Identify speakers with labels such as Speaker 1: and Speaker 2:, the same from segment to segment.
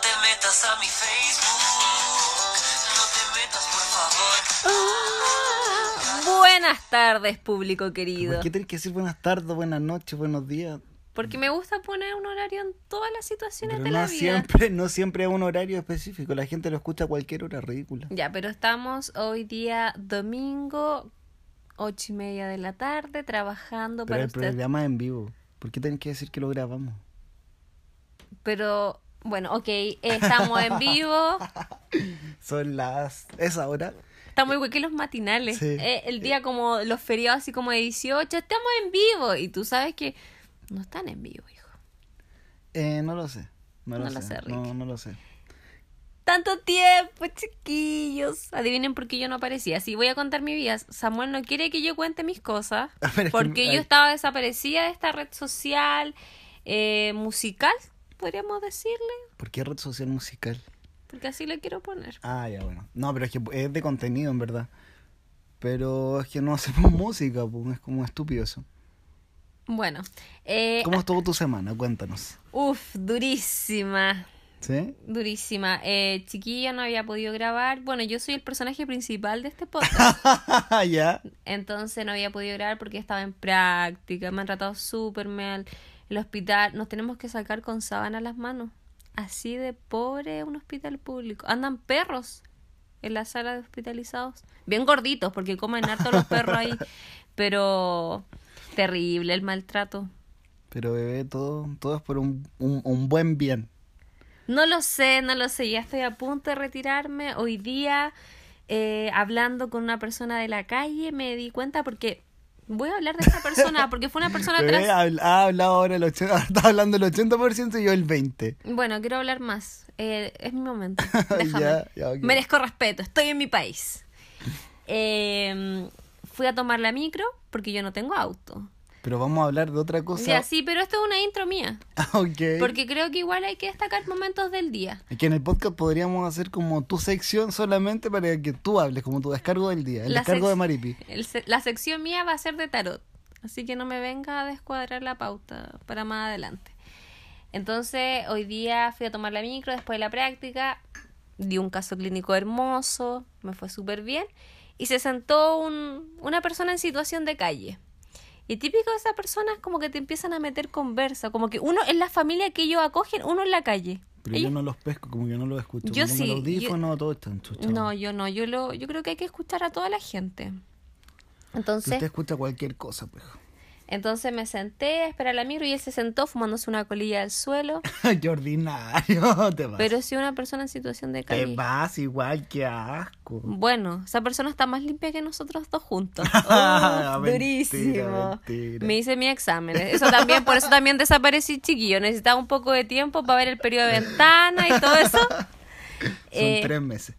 Speaker 1: te metas a mi Facebook. No te metas, por favor.
Speaker 2: Ah, Buenas tardes, público querido.
Speaker 3: ¿Por qué tenés que decir buenas tardes, buenas noches, buenos días?
Speaker 2: Porque me gusta poner un horario en todas las situaciones
Speaker 3: Pero
Speaker 2: de
Speaker 3: no
Speaker 2: la vida.
Speaker 3: siempre, no siempre a un horario específico. La gente lo escucha a cualquier hora, ridícula.
Speaker 2: Ya, pero estamos hoy día domingo, ocho y media de la tarde, trabajando
Speaker 3: Pero
Speaker 2: para
Speaker 3: el
Speaker 2: usted.
Speaker 3: programa es en vivo. ¿Por qué tenés que decir que lo grabamos?
Speaker 2: Pero, bueno, ok, eh, estamos en vivo.
Speaker 3: Son las... esa hora.
Speaker 2: Estamos igual que los matinales.
Speaker 3: Sí.
Speaker 2: Eh, el día como los feriados, así como de 18, estamos en vivo. Y tú sabes que no están en vivo, hijo.
Speaker 3: Eh, no lo sé. No lo,
Speaker 2: No lo sé, Rick.
Speaker 3: no, no lo sé.
Speaker 2: Tanto tiempo, chiquillos. Adivinen por qué yo no aparecía. Sí, voy a contar mi vida. Samuel no quiere que yo cuente mis cosas.
Speaker 3: Pero es que-
Speaker 2: Porque
Speaker 3: ay.
Speaker 2: yo estaba desaparecida de esta red social eh, musical, podríamos decirle.
Speaker 3: ¿Por qué red social musical?
Speaker 2: Porque así le quiero poner.
Speaker 3: Ah, ya, bueno. No, pero es que es de contenido, en verdad. Pero es que no hacemos música, pues, es como estúpido eso.
Speaker 2: Bueno, eh,
Speaker 3: ¿Cómo estuvo tu semana? Cuéntanos.
Speaker 2: uff, durísima.
Speaker 3: ¿Sí?
Speaker 2: Durísima. Eh, chiquilla no había podido grabar. Bueno, yo soy el personaje principal de este podcast.
Speaker 3: Ah, ya.
Speaker 2: Entonces no había podido grabar porque estaba en práctica. Me han tratado súper mal. El hospital. Nos tenemos que sacar con sábana las manos. Así de pobre un hospital público. Andan perros en la sala de hospitalizados. Bien gorditos porque comen harto los perros ahí. Pero terrible el maltrato.
Speaker 3: Pero bebé, todo, todo es por un, un- un buen bien.
Speaker 2: No lo sé, no lo sé. Ya estoy a punto de retirarme. Hoy día, eh, hablando con una persona de la calle, me di cuenta porque voy a hablar de esta persona, porque fue una persona
Speaker 3: Bebé
Speaker 2: trans.
Speaker 3: habl- ha hablado ahora el 80, ahora está hablando el 80% y yo el 20%.
Speaker 2: Bueno, quiero hablar más. Eh, es mi momento. Déjame.
Speaker 3: Ya, ya, ok.
Speaker 2: Merezco respeto. Estoy en mi país. Eh, fui a tomar la micro porque yo no tengo auto.
Speaker 3: Pero vamos a hablar de otra cosa.
Speaker 2: ya, sí, pero esto es una intro mía.
Speaker 3: Ok.
Speaker 2: Porque creo que igual hay que destacar momentos del día.
Speaker 3: Es que en el podcast podríamos hacer como tu sección solamente para que tú hables, como tu descargo del día, el
Speaker 2: La
Speaker 3: descargo
Speaker 2: sec-
Speaker 3: de Maripi.
Speaker 2: el se- la sección mía va a ser de tarot, así que no me venga a descuadrar la pauta para más adelante. Entonces, hoy día fui a tomar la micro después de la práctica, di un caso clínico hermoso, me fue súper bien, y se sentó un- una persona en situación de calle. Y típico de esas personas como que te empiezan a meter conversa, como que uno en la familia que ellos acogen, uno en la calle.
Speaker 3: Pero
Speaker 2: Ellos-
Speaker 3: yo no los pesco, como que no los escucho.
Speaker 2: Yo
Speaker 3: Me pongo
Speaker 2: sí,
Speaker 3: el audífono, todo está enchuchado.
Speaker 2: No, yo no, yo, lo, yo creo que hay que escuchar a toda la gente. Entonces,
Speaker 3: Usted escucha cualquier cosa, pues.
Speaker 2: Entonces me senté a esperar la micro y él se sentó fumándose una colilla al suelo.
Speaker 3: Qué ordinario, te vas.
Speaker 2: Pero si una persona en situación de
Speaker 3: te
Speaker 2: calle.
Speaker 3: vas igual, qué asco.
Speaker 2: Bueno, esa persona está más limpia que nosotros dos juntos.
Speaker 3: Ah,
Speaker 2: Uf,
Speaker 3: mentira,
Speaker 2: durísimo.
Speaker 3: mentira.
Speaker 2: Me hice mi examen. Eso también, por eso también desaparecí chiquillo. Necesitaba un poco de tiempo para ver el periodo de ventana y todo eso.
Speaker 3: Son
Speaker 2: Eh,
Speaker 3: tres meses.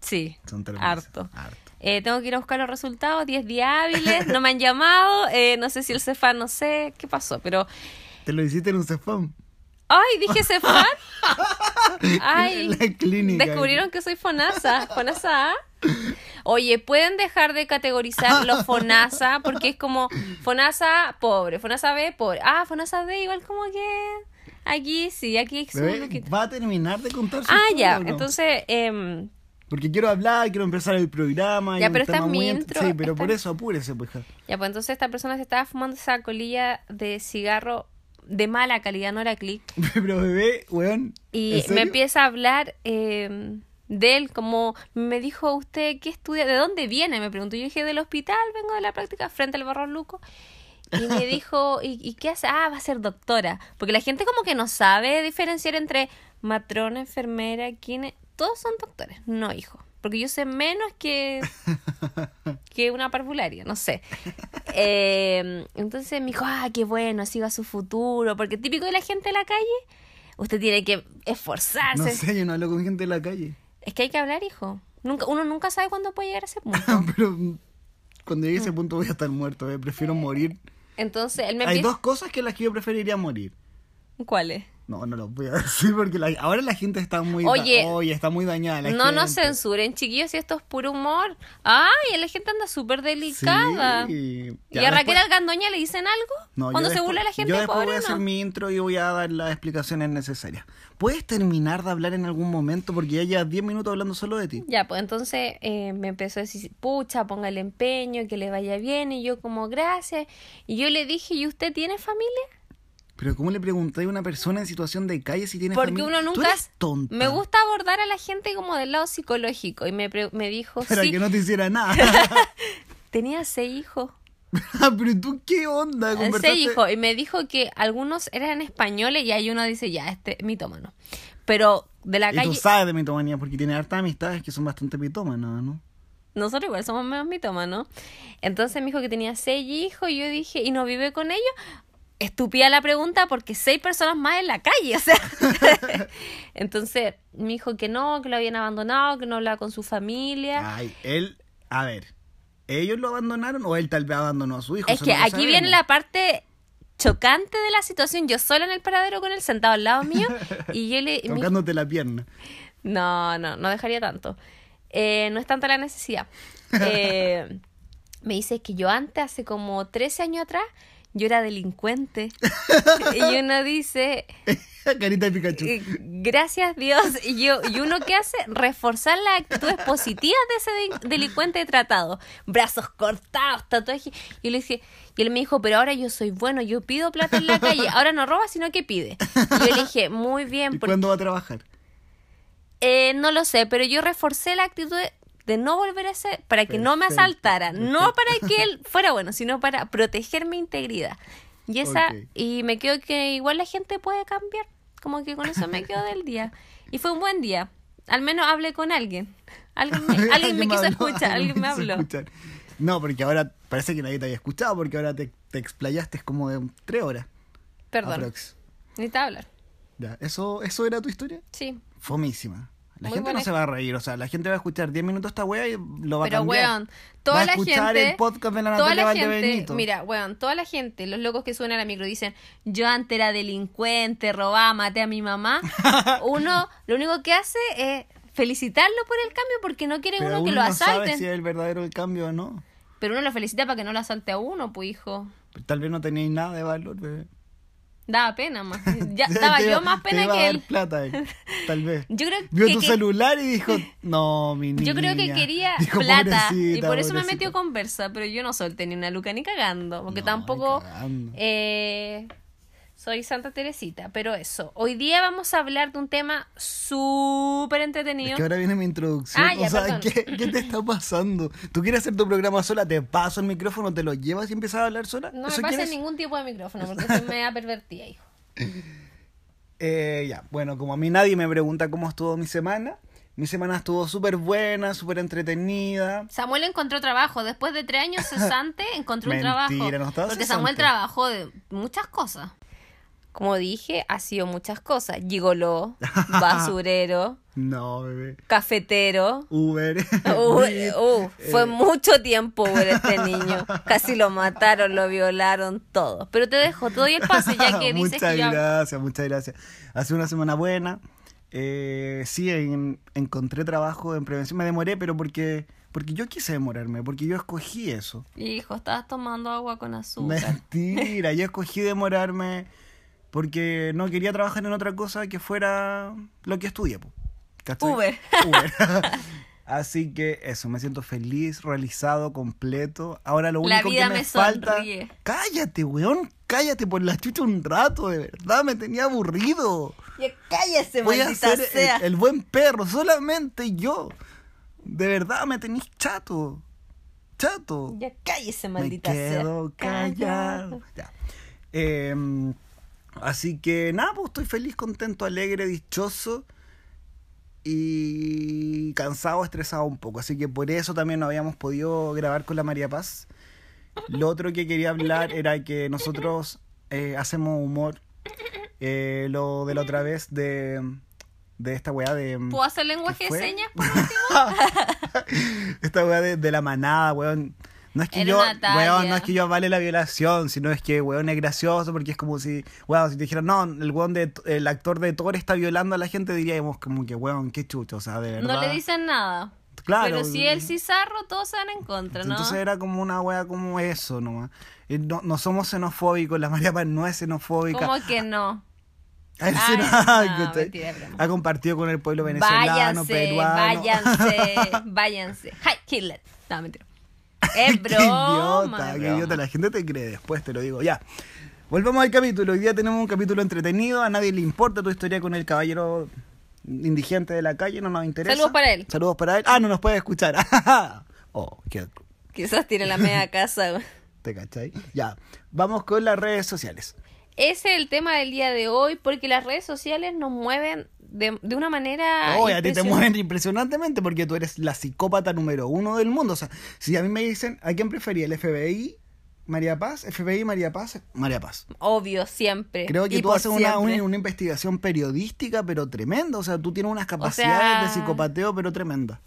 Speaker 2: Sí,
Speaker 3: Son tres
Speaker 2: harto.
Speaker 3: meses. Harto.
Speaker 2: Eh, tengo que ir a buscar los resultados, 10 días hábiles, no me han llamado, eh, no sé si el CEFAN, no sé qué pasó, pero
Speaker 3: Te lo hiciste en un cefón.
Speaker 2: ¡Ay, dije Cefán! ¡Ay!
Speaker 3: La clínica.
Speaker 2: Descubrieron que soy Fonasa. ¿Fonasa A? Oye, ¿pueden dejar de categorizar los Fonasa? Porque es como Fonasa A, pobre, Fonasa B pobre. Ah, Fonasa D igual como que... Aquí sí, aquí es un
Speaker 3: Bebé,
Speaker 2: poquito.
Speaker 3: va a terminar de contar su
Speaker 2: Ah,
Speaker 3: historia,
Speaker 2: ya.
Speaker 3: ¿o no?
Speaker 2: Entonces, em,
Speaker 3: Porque quiero hablar, quiero empezar el programa. hay
Speaker 2: Ya,
Speaker 3: un
Speaker 2: pero esta
Speaker 3: tema
Speaker 2: es mi
Speaker 3: muy int-
Speaker 2: intro,
Speaker 3: Sí, pero
Speaker 2: esta-
Speaker 3: por eso apúrese, pues. ja.
Speaker 2: ya pues entonces esta persona se estaba fumando esa colilla de cigarro de mala calidad, no era click.
Speaker 3: Pero bebé, weón.
Speaker 2: Y
Speaker 3: ¿en
Speaker 2: me
Speaker 3: serio?
Speaker 2: empieza a hablar eh, de él, como me dijo usted, ¿qué estudia? ¿De dónde viene? Me preguntó. Yo dije, del hospital, vengo de la práctica frente al Barros Luco. Y me dijo, ¿y, y qué hace? Ah, va a ser doctora. Porque la gente como que no sabe diferenciar entre matrona, enfermera, quine. Todos son doctores, no hijo. Porque yo sé menos que, que una parvularia, no sé. Eh, entonces me dijo, ah, qué bueno, así va su futuro. Porque típico de la gente de la calle, usted tiene que esforzarse.
Speaker 3: No sé, yo no hablo con gente de la calle.
Speaker 2: Es que hay que hablar, hijo. Nunca, uno nunca sabe cuándo puede llegar a ese punto.
Speaker 3: Pero mm, cuando llegue a ese punto voy a estar muerto, bebé. Prefiero morir.
Speaker 2: Entonces, él me
Speaker 3: Hay
Speaker 2: empieza...
Speaker 3: dos cosas que las que yo preferiría morir.
Speaker 2: ¿Cuáles?
Speaker 3: No, no lo voy a decir porque la- ahora la gente está muy. da-
Speaker 2: Oye.
Speaker 3: oye, está muy dañada. La
Speaker 2: No nos
Speaker 3: gente.
Speaker 2: censuren, chiquillos, si esto es puro humor. Ay, la gente anda súper delicada.
Speaker 3: Sí.
Speaker 2: ¿Y
Speaker 3: Ya,
Speaker 2: a Raquel
Speaker 3: después-
Speaker 2: Algandoña le dicen algo?
Speaker 3: No, yo
Speaker 2: Cuando se
Speaker 3: después-
Speaker 2: burla la gente,
Speaker 3: Yo después voy
Speaker 2: pobre,
Speaker 3: a hacer
Speaker 2: no.
Speaker 3: mi intro y voy a dar las explicaciones necesarias. ¿Puedes terminar de hablar en algún momento? Porque ya llevas 10 minutos hablando solo de ti.
Speaker 2: Ya, pues entonces eh, me empezó a decir, pucha, ponga el empeño, que le vaya bien, y yo como, gracias. Y yo le dije, ¿y usted tiene familia?
Speaker 3: Pero ¿cómo le preguntáis a una persona en situación de calle si tiene
Speaker 2: Porque
Speaker 3: familia?
Speaker 2: uno
Speaker 3: Tú
Speaker 2: nunca...
Speaker 3: eres tonta.
Speaker 2: Me gusta abordar a la gente como del lado psicológico. Y me, pre- me dijo,
Speaker 3: Para
Speaker 2: sí,
Speaker 3: que no te hiciera nada.
Speaker 2: tenía seis hijos.
Speaker 3: Pero tú qué onda,
Speaker 2: Ese
Speaker 3: conversaste-
Speaker 2: hijo, y me dijo que algunos eran españoles y ahí uno dice, ya, este mitómano. Pero de la
Speaker 3: Y tú
Speaker 2: calle,
Speaker 3: sabes de mitomanía porque tiene hartas amistades que son bastante mitómanas, ¿no?
Speaker 2: nosotros igual somos menos mitómanos. Entonces me dijo que tenía seis hijos y yo dije, ¿y no vive con ellos? Estúpida la pregunta porque seis personas más en la calle, o sea. Entonces me dijo que no, que lo habían abandonado, que no hablaba con su familia.
Speaker 3: Ay, él, a ver, ¿ellos lo abandonaron o él tal vez abandonó a su hijo?
Speaker 2: es
Speaker 3: Eso
Speaker 2: que
Speaker 3: no lo
Speaker 2: aquí viene
Speaker 3: sabemos.
Speaker 2: la parte chocante de la situación. Yo sola en el paradero con él sentado al lado mío y yo le... me dijo-
Speaker 3: Tocándote la pierna.
Speaker 2: No, no, no dejaría tanto. Eh, no es tanta la necesidad. Eh, me dice que yo antes, hace como 13 años atrás, yo era delincuente. y uno dice,
Speaker 3: Carita de Pikachu.
Speaker 2: eh, gracias Dios. Y, yo, y uno ¿qué hace? Reforzar las actitudes positivas de ese delin- delincuente tratado. Brazos cortados, tatuajes. Y, le dije, y él me dijo, pero ahora yo soy bueno, yo pido plata en la calle. Ahora no roba, sino que pide. Y yo le dije, muy bien,
Speaker 3: ¿Y
Speaker 2: porque...
Speaker 3: cuándo va a trabajar?
Speaker 2: Eh, no lo sé, pero yo reforcé la actitud de- de no volver a ese, para que no me
Speaker 3: Perfecto,
Speaker 2: asaltara, no para que él fuera bueno, sino para proteger mi integridad. Y esa,
Speaker 3: Ok.
Speaker 2: y me quedo que igual la gente puede cambiar, como que con eso me quedo del día. Y fue un buen día, al menos hablé con alguien, alguien me, alguien me quiso
Speaker 3: habló,
Speaker 2: escuchar, alguien me
Speaker 3: quiso
Speaker 2: habló.
Speaker 3: escuchar. No, porque ahora parece que nadie te había escuchado porque ahora te, te explayaste como de tres horas.
Speaker 2: Perdón,
Speaker 3: aprox.
Speaker 2: necesitaba hablar,
Speaker 3: Ya, ¿eso, ¿eso era tu historia?
Speaker 2: sí.
Speaker 3: Fomísima. La
Speaker 2: Muy
Speaker 3: gente
Speaker 2: buena.
Speaker 3: no se va a reír, o sea, la gente va a escuchar 10 minutos esta wea y lo va a
Speaker 2: Pero,
Speaker 3: cambiar.
Speaker 2: weón, toda
Speaker 3: va a
Speaker 2: la
Speaker 3: escuchar
Speaker 2: gente.
Speaker 3: el podcast de la
Speaker 2: toda
Speaker 3: Natalia
Speaker 2: la gente.
Speaker 3: Valdebenito.
Speaker 2: Mira, weón, toda la gente, los locos que suben a la micro dicen: Yo antes era delincuente, robaba, maté a mi mamá. Uno lo único que hace es felicitarlo por el cambio porque no quiere
Speaker 3: Pero
Speaker 2: uno que lo
Speaker 3: no sabe
Speaker 2: asalten.
Speaker 3: si es el verdadero el cambio o no.
Speaker 2: Pero uno lo felicita para que no lo asalte a uno, pues hijo.
Speaker 3: Tal vez no tenéis nada de valor, bebé.
Speaker 2: Daba pena más. Ya,
Speaker 3: Te
Speaker 2: daba
Speaker 3: iba-
Speaker 2: yo más
Speaker 3: te
Speaker 2: pena
Speaker 3: iba a
Speaker 2: que
Speaker 3: dar
Speaker 2: él.
Speaker 3: plata él, tal vez.
Speaker 2: Yo creo
Speaker 3: Vio
Speaker 2: que-
Speaker 3: tu
Speaker 2: que-
Speaker 3: celular y dijo, no, mi niña.
Speaker 2: Yo creo que quería
Speaker 3: Dijo,
Speaker 2: plata y
Speaker 3: "Pobrecita,
Speaker 2: por eso me
Speaker 3: pobrecita".
Speaker 2: metió conversa, pero yo no solté ni una luca ni cagando, porque
Speaker 3: No,
Speaker 2: tampoco
Speaker 3: ni cagando.
Speaker 2: eh, soy Santa Teresita, pero eso. Hoy día vamos a hablar de un tema súper
Speaker 3: Es
Speaker 2: entretenido.
Speaker 3: que ahora viene mi introducción.
Speaker 2: Ah, ya,
Speaker 3: o sea,
Speaker 2: perdón.
Speaker 3: ¿qué, qué te está pasando? ¿Tú quieres hacer tu programa sola? ¿Te paso el micrófono? ¿Te lo llevas y empiezas a hablar sola?
Speaker 2: No me
Speaker 3: ¿Eso
Speaker 2: pasen
Speaker 3: quieres?
Speaker 2: ningún tipo de micrófono, porque eso me da pervertida, hijo.
Speaker 3: Eh, ya, bueno, como a mí nadie me pregunta cómo estuvo mi semana, mi semana estuvo súper buena, súper entretenida.
Speaker 2: Samuel encontró trabajo, después de tres años cesante, encontró un
Speaker 3: Mentira,
Speaker 2: trabajo.
Speaker 3: no estaba
Speaker 2: porque
Speaker 3: cesante.
Speaker 2: Samuel trabajó de muchas cosas. Como dije, ha sido muchas cosas. Gigoló, basurero,
Speaker 3: No, bebé.
Speaker 2: cafetero.
Speaker 3: Uber.
Speaker 2: Uh,
Speaker 3: Lyft,
Speaker 2: uh, fue
Speaker 3: eh,
Speaker 2: mucho tiempo por este niño. Casi lo mataron, lo violaron, todo. Pero te dejo, te doy el pase ya que dices
Speaker 3: muchas
Speaker 2: que yo...
Speaker 3: gracias, muchas gracias. Hace una semana buena. Eh, sí, en- encontré trabajo en prevención. Me demoré, pero porque, porque yo quise demorarme, porque yo escogí eso.
Speaker 2: Hijo, estabas tomando agua con azúcar.
Speaker 3: Mentira, yo escogí demorarme porque no quería trabajar en otra cosa que fuera lo que estudié. po. ¿Cachai?
Speaker 2: Uber.
Speaker 3: Uber. Así que eso, me siento feliz, realizado, completo. Ahora lo único
Speaker 2: La vida
Speaker 3: que me,
Speaker 2: me
Speaker 3: falta.
Speaker 2: sonríe.
Speaker 3: Cállate, weón, cállate por la chucha un rato, de verdad, me tenía aburrido.
Speaker 2: Ya cállese,
Speaker 3: Voy a
Speaker 2: maldita
Speaker 3: ser
Speaker 2: sea.
Speaker 3: el, el buen perro, solamente yo. De verdad, me tenéis chato. Chato.
Speaker 2: Ya cállese,
Speaker 3: Me
Speaker 2: maldita sea.
Speaker 3: quedo callado. Ya. Eh, así que nada, pues estoy feliz, contento, alegre, dichoso y cansado, estresado un poco. Así que por eso también no habíamos podido grabar con la María Paz. Lo otro que quería hablar era que nosotros eh, hacemos humor. eh, lo de la otra vez de, de esta weá de... em,
Speaker 2: ¿Puedo hacer lenguaje
Speaker 3: ¿Qué
Speaker 2: de
Speaker 3: fue?
Speaker 2: señas?
Speaker 3: Esta weá de, de la manada, weón. No es que
Speaker 2: Era
Speaker 3: yo,
Speaker 2: una talla.
Speaker 3: weón, no es que yo avale la violación, sino es que, weón, es gracioso porque es como si, weón, si te dijeran, no, el weón de, el actor de Thor está violando a la gente, diríamos como que, weón, qué chucho, o sea, de verdad.
Speaker 2: No le dicen nada.
Speaker 3: Claro.
Speaker 2: Pero si el cizarro, todos se van en contra, ¿no?
Speaker 3: Entonces era como una wea como eso nomás. Eh, No, no somos xenofóbicos, la María Paz no es xenofóbica.
Speaker 2: ¿Cómo que no?
Speaker 3: Ay,
Speaker 2: Ay,
Speaker 3: no,
Speaker 2: no,
Speaker 3: ¿cachai?
Speaker 2: mentira, broma.
Speaker 3: ha compartido con el pueblo venezolano,
Speaker 2: Váyanse,
Speaker 3: peruano.
Speaker 2: váyanse, váyanse. Hi, kill it. No, mentira. Es
Speaker 3: qué
Speaker 2: broma.
Speaker 3: idiota,
Speaker 2: es
Speaker 3: qué
Speaker 2: broma.
Speaker 3: idiota. La gente te cree después, te lo digo. Ya. Volvamos al capítulo. Hoy día tenemos un capítulo entretenido. A nadie le importa tu historia con el caballero indigente de la calle. No nos interesa.
Speaker 2: Saludos para él.
Speaker 3: Saludos para él. Ah, no nos puede escuchar. oh, qué
Speaker 2: Quizás tire la media casa. güey.
Speaker 3: ¿Te cachai? Ya. Vamos con las redes sociales.
Speaker 2: Ese es el tema del día de hoy, porque las redes sociales nos mueven de, de una manera.
Speaker 3: Oye, a ti te
Speaker 2: Ah, impresionante.
Speaker 3: mueven impresionantemente porque tú eres la psicópata número uno del mundo. O sea, si a mí me dicen, ¿a quién prefería? ¿El FBI? ¿María Paz? ¿FBI María Paz? María Paz.
Speaker 2: Obvio, siempre.
Speaker 3: Creo que
Speaker 2: Y
Speaker 3: tú
Speaker 2: por
Speaker 3: haces una,
Speaker 2: siempre.
Speaker 3: una, una investigación periodística, pero tremenda. O sea, tú tienes unas capacidades de
Speaker 2: sea,
Speaker 3: psicopateo, pero tremenda.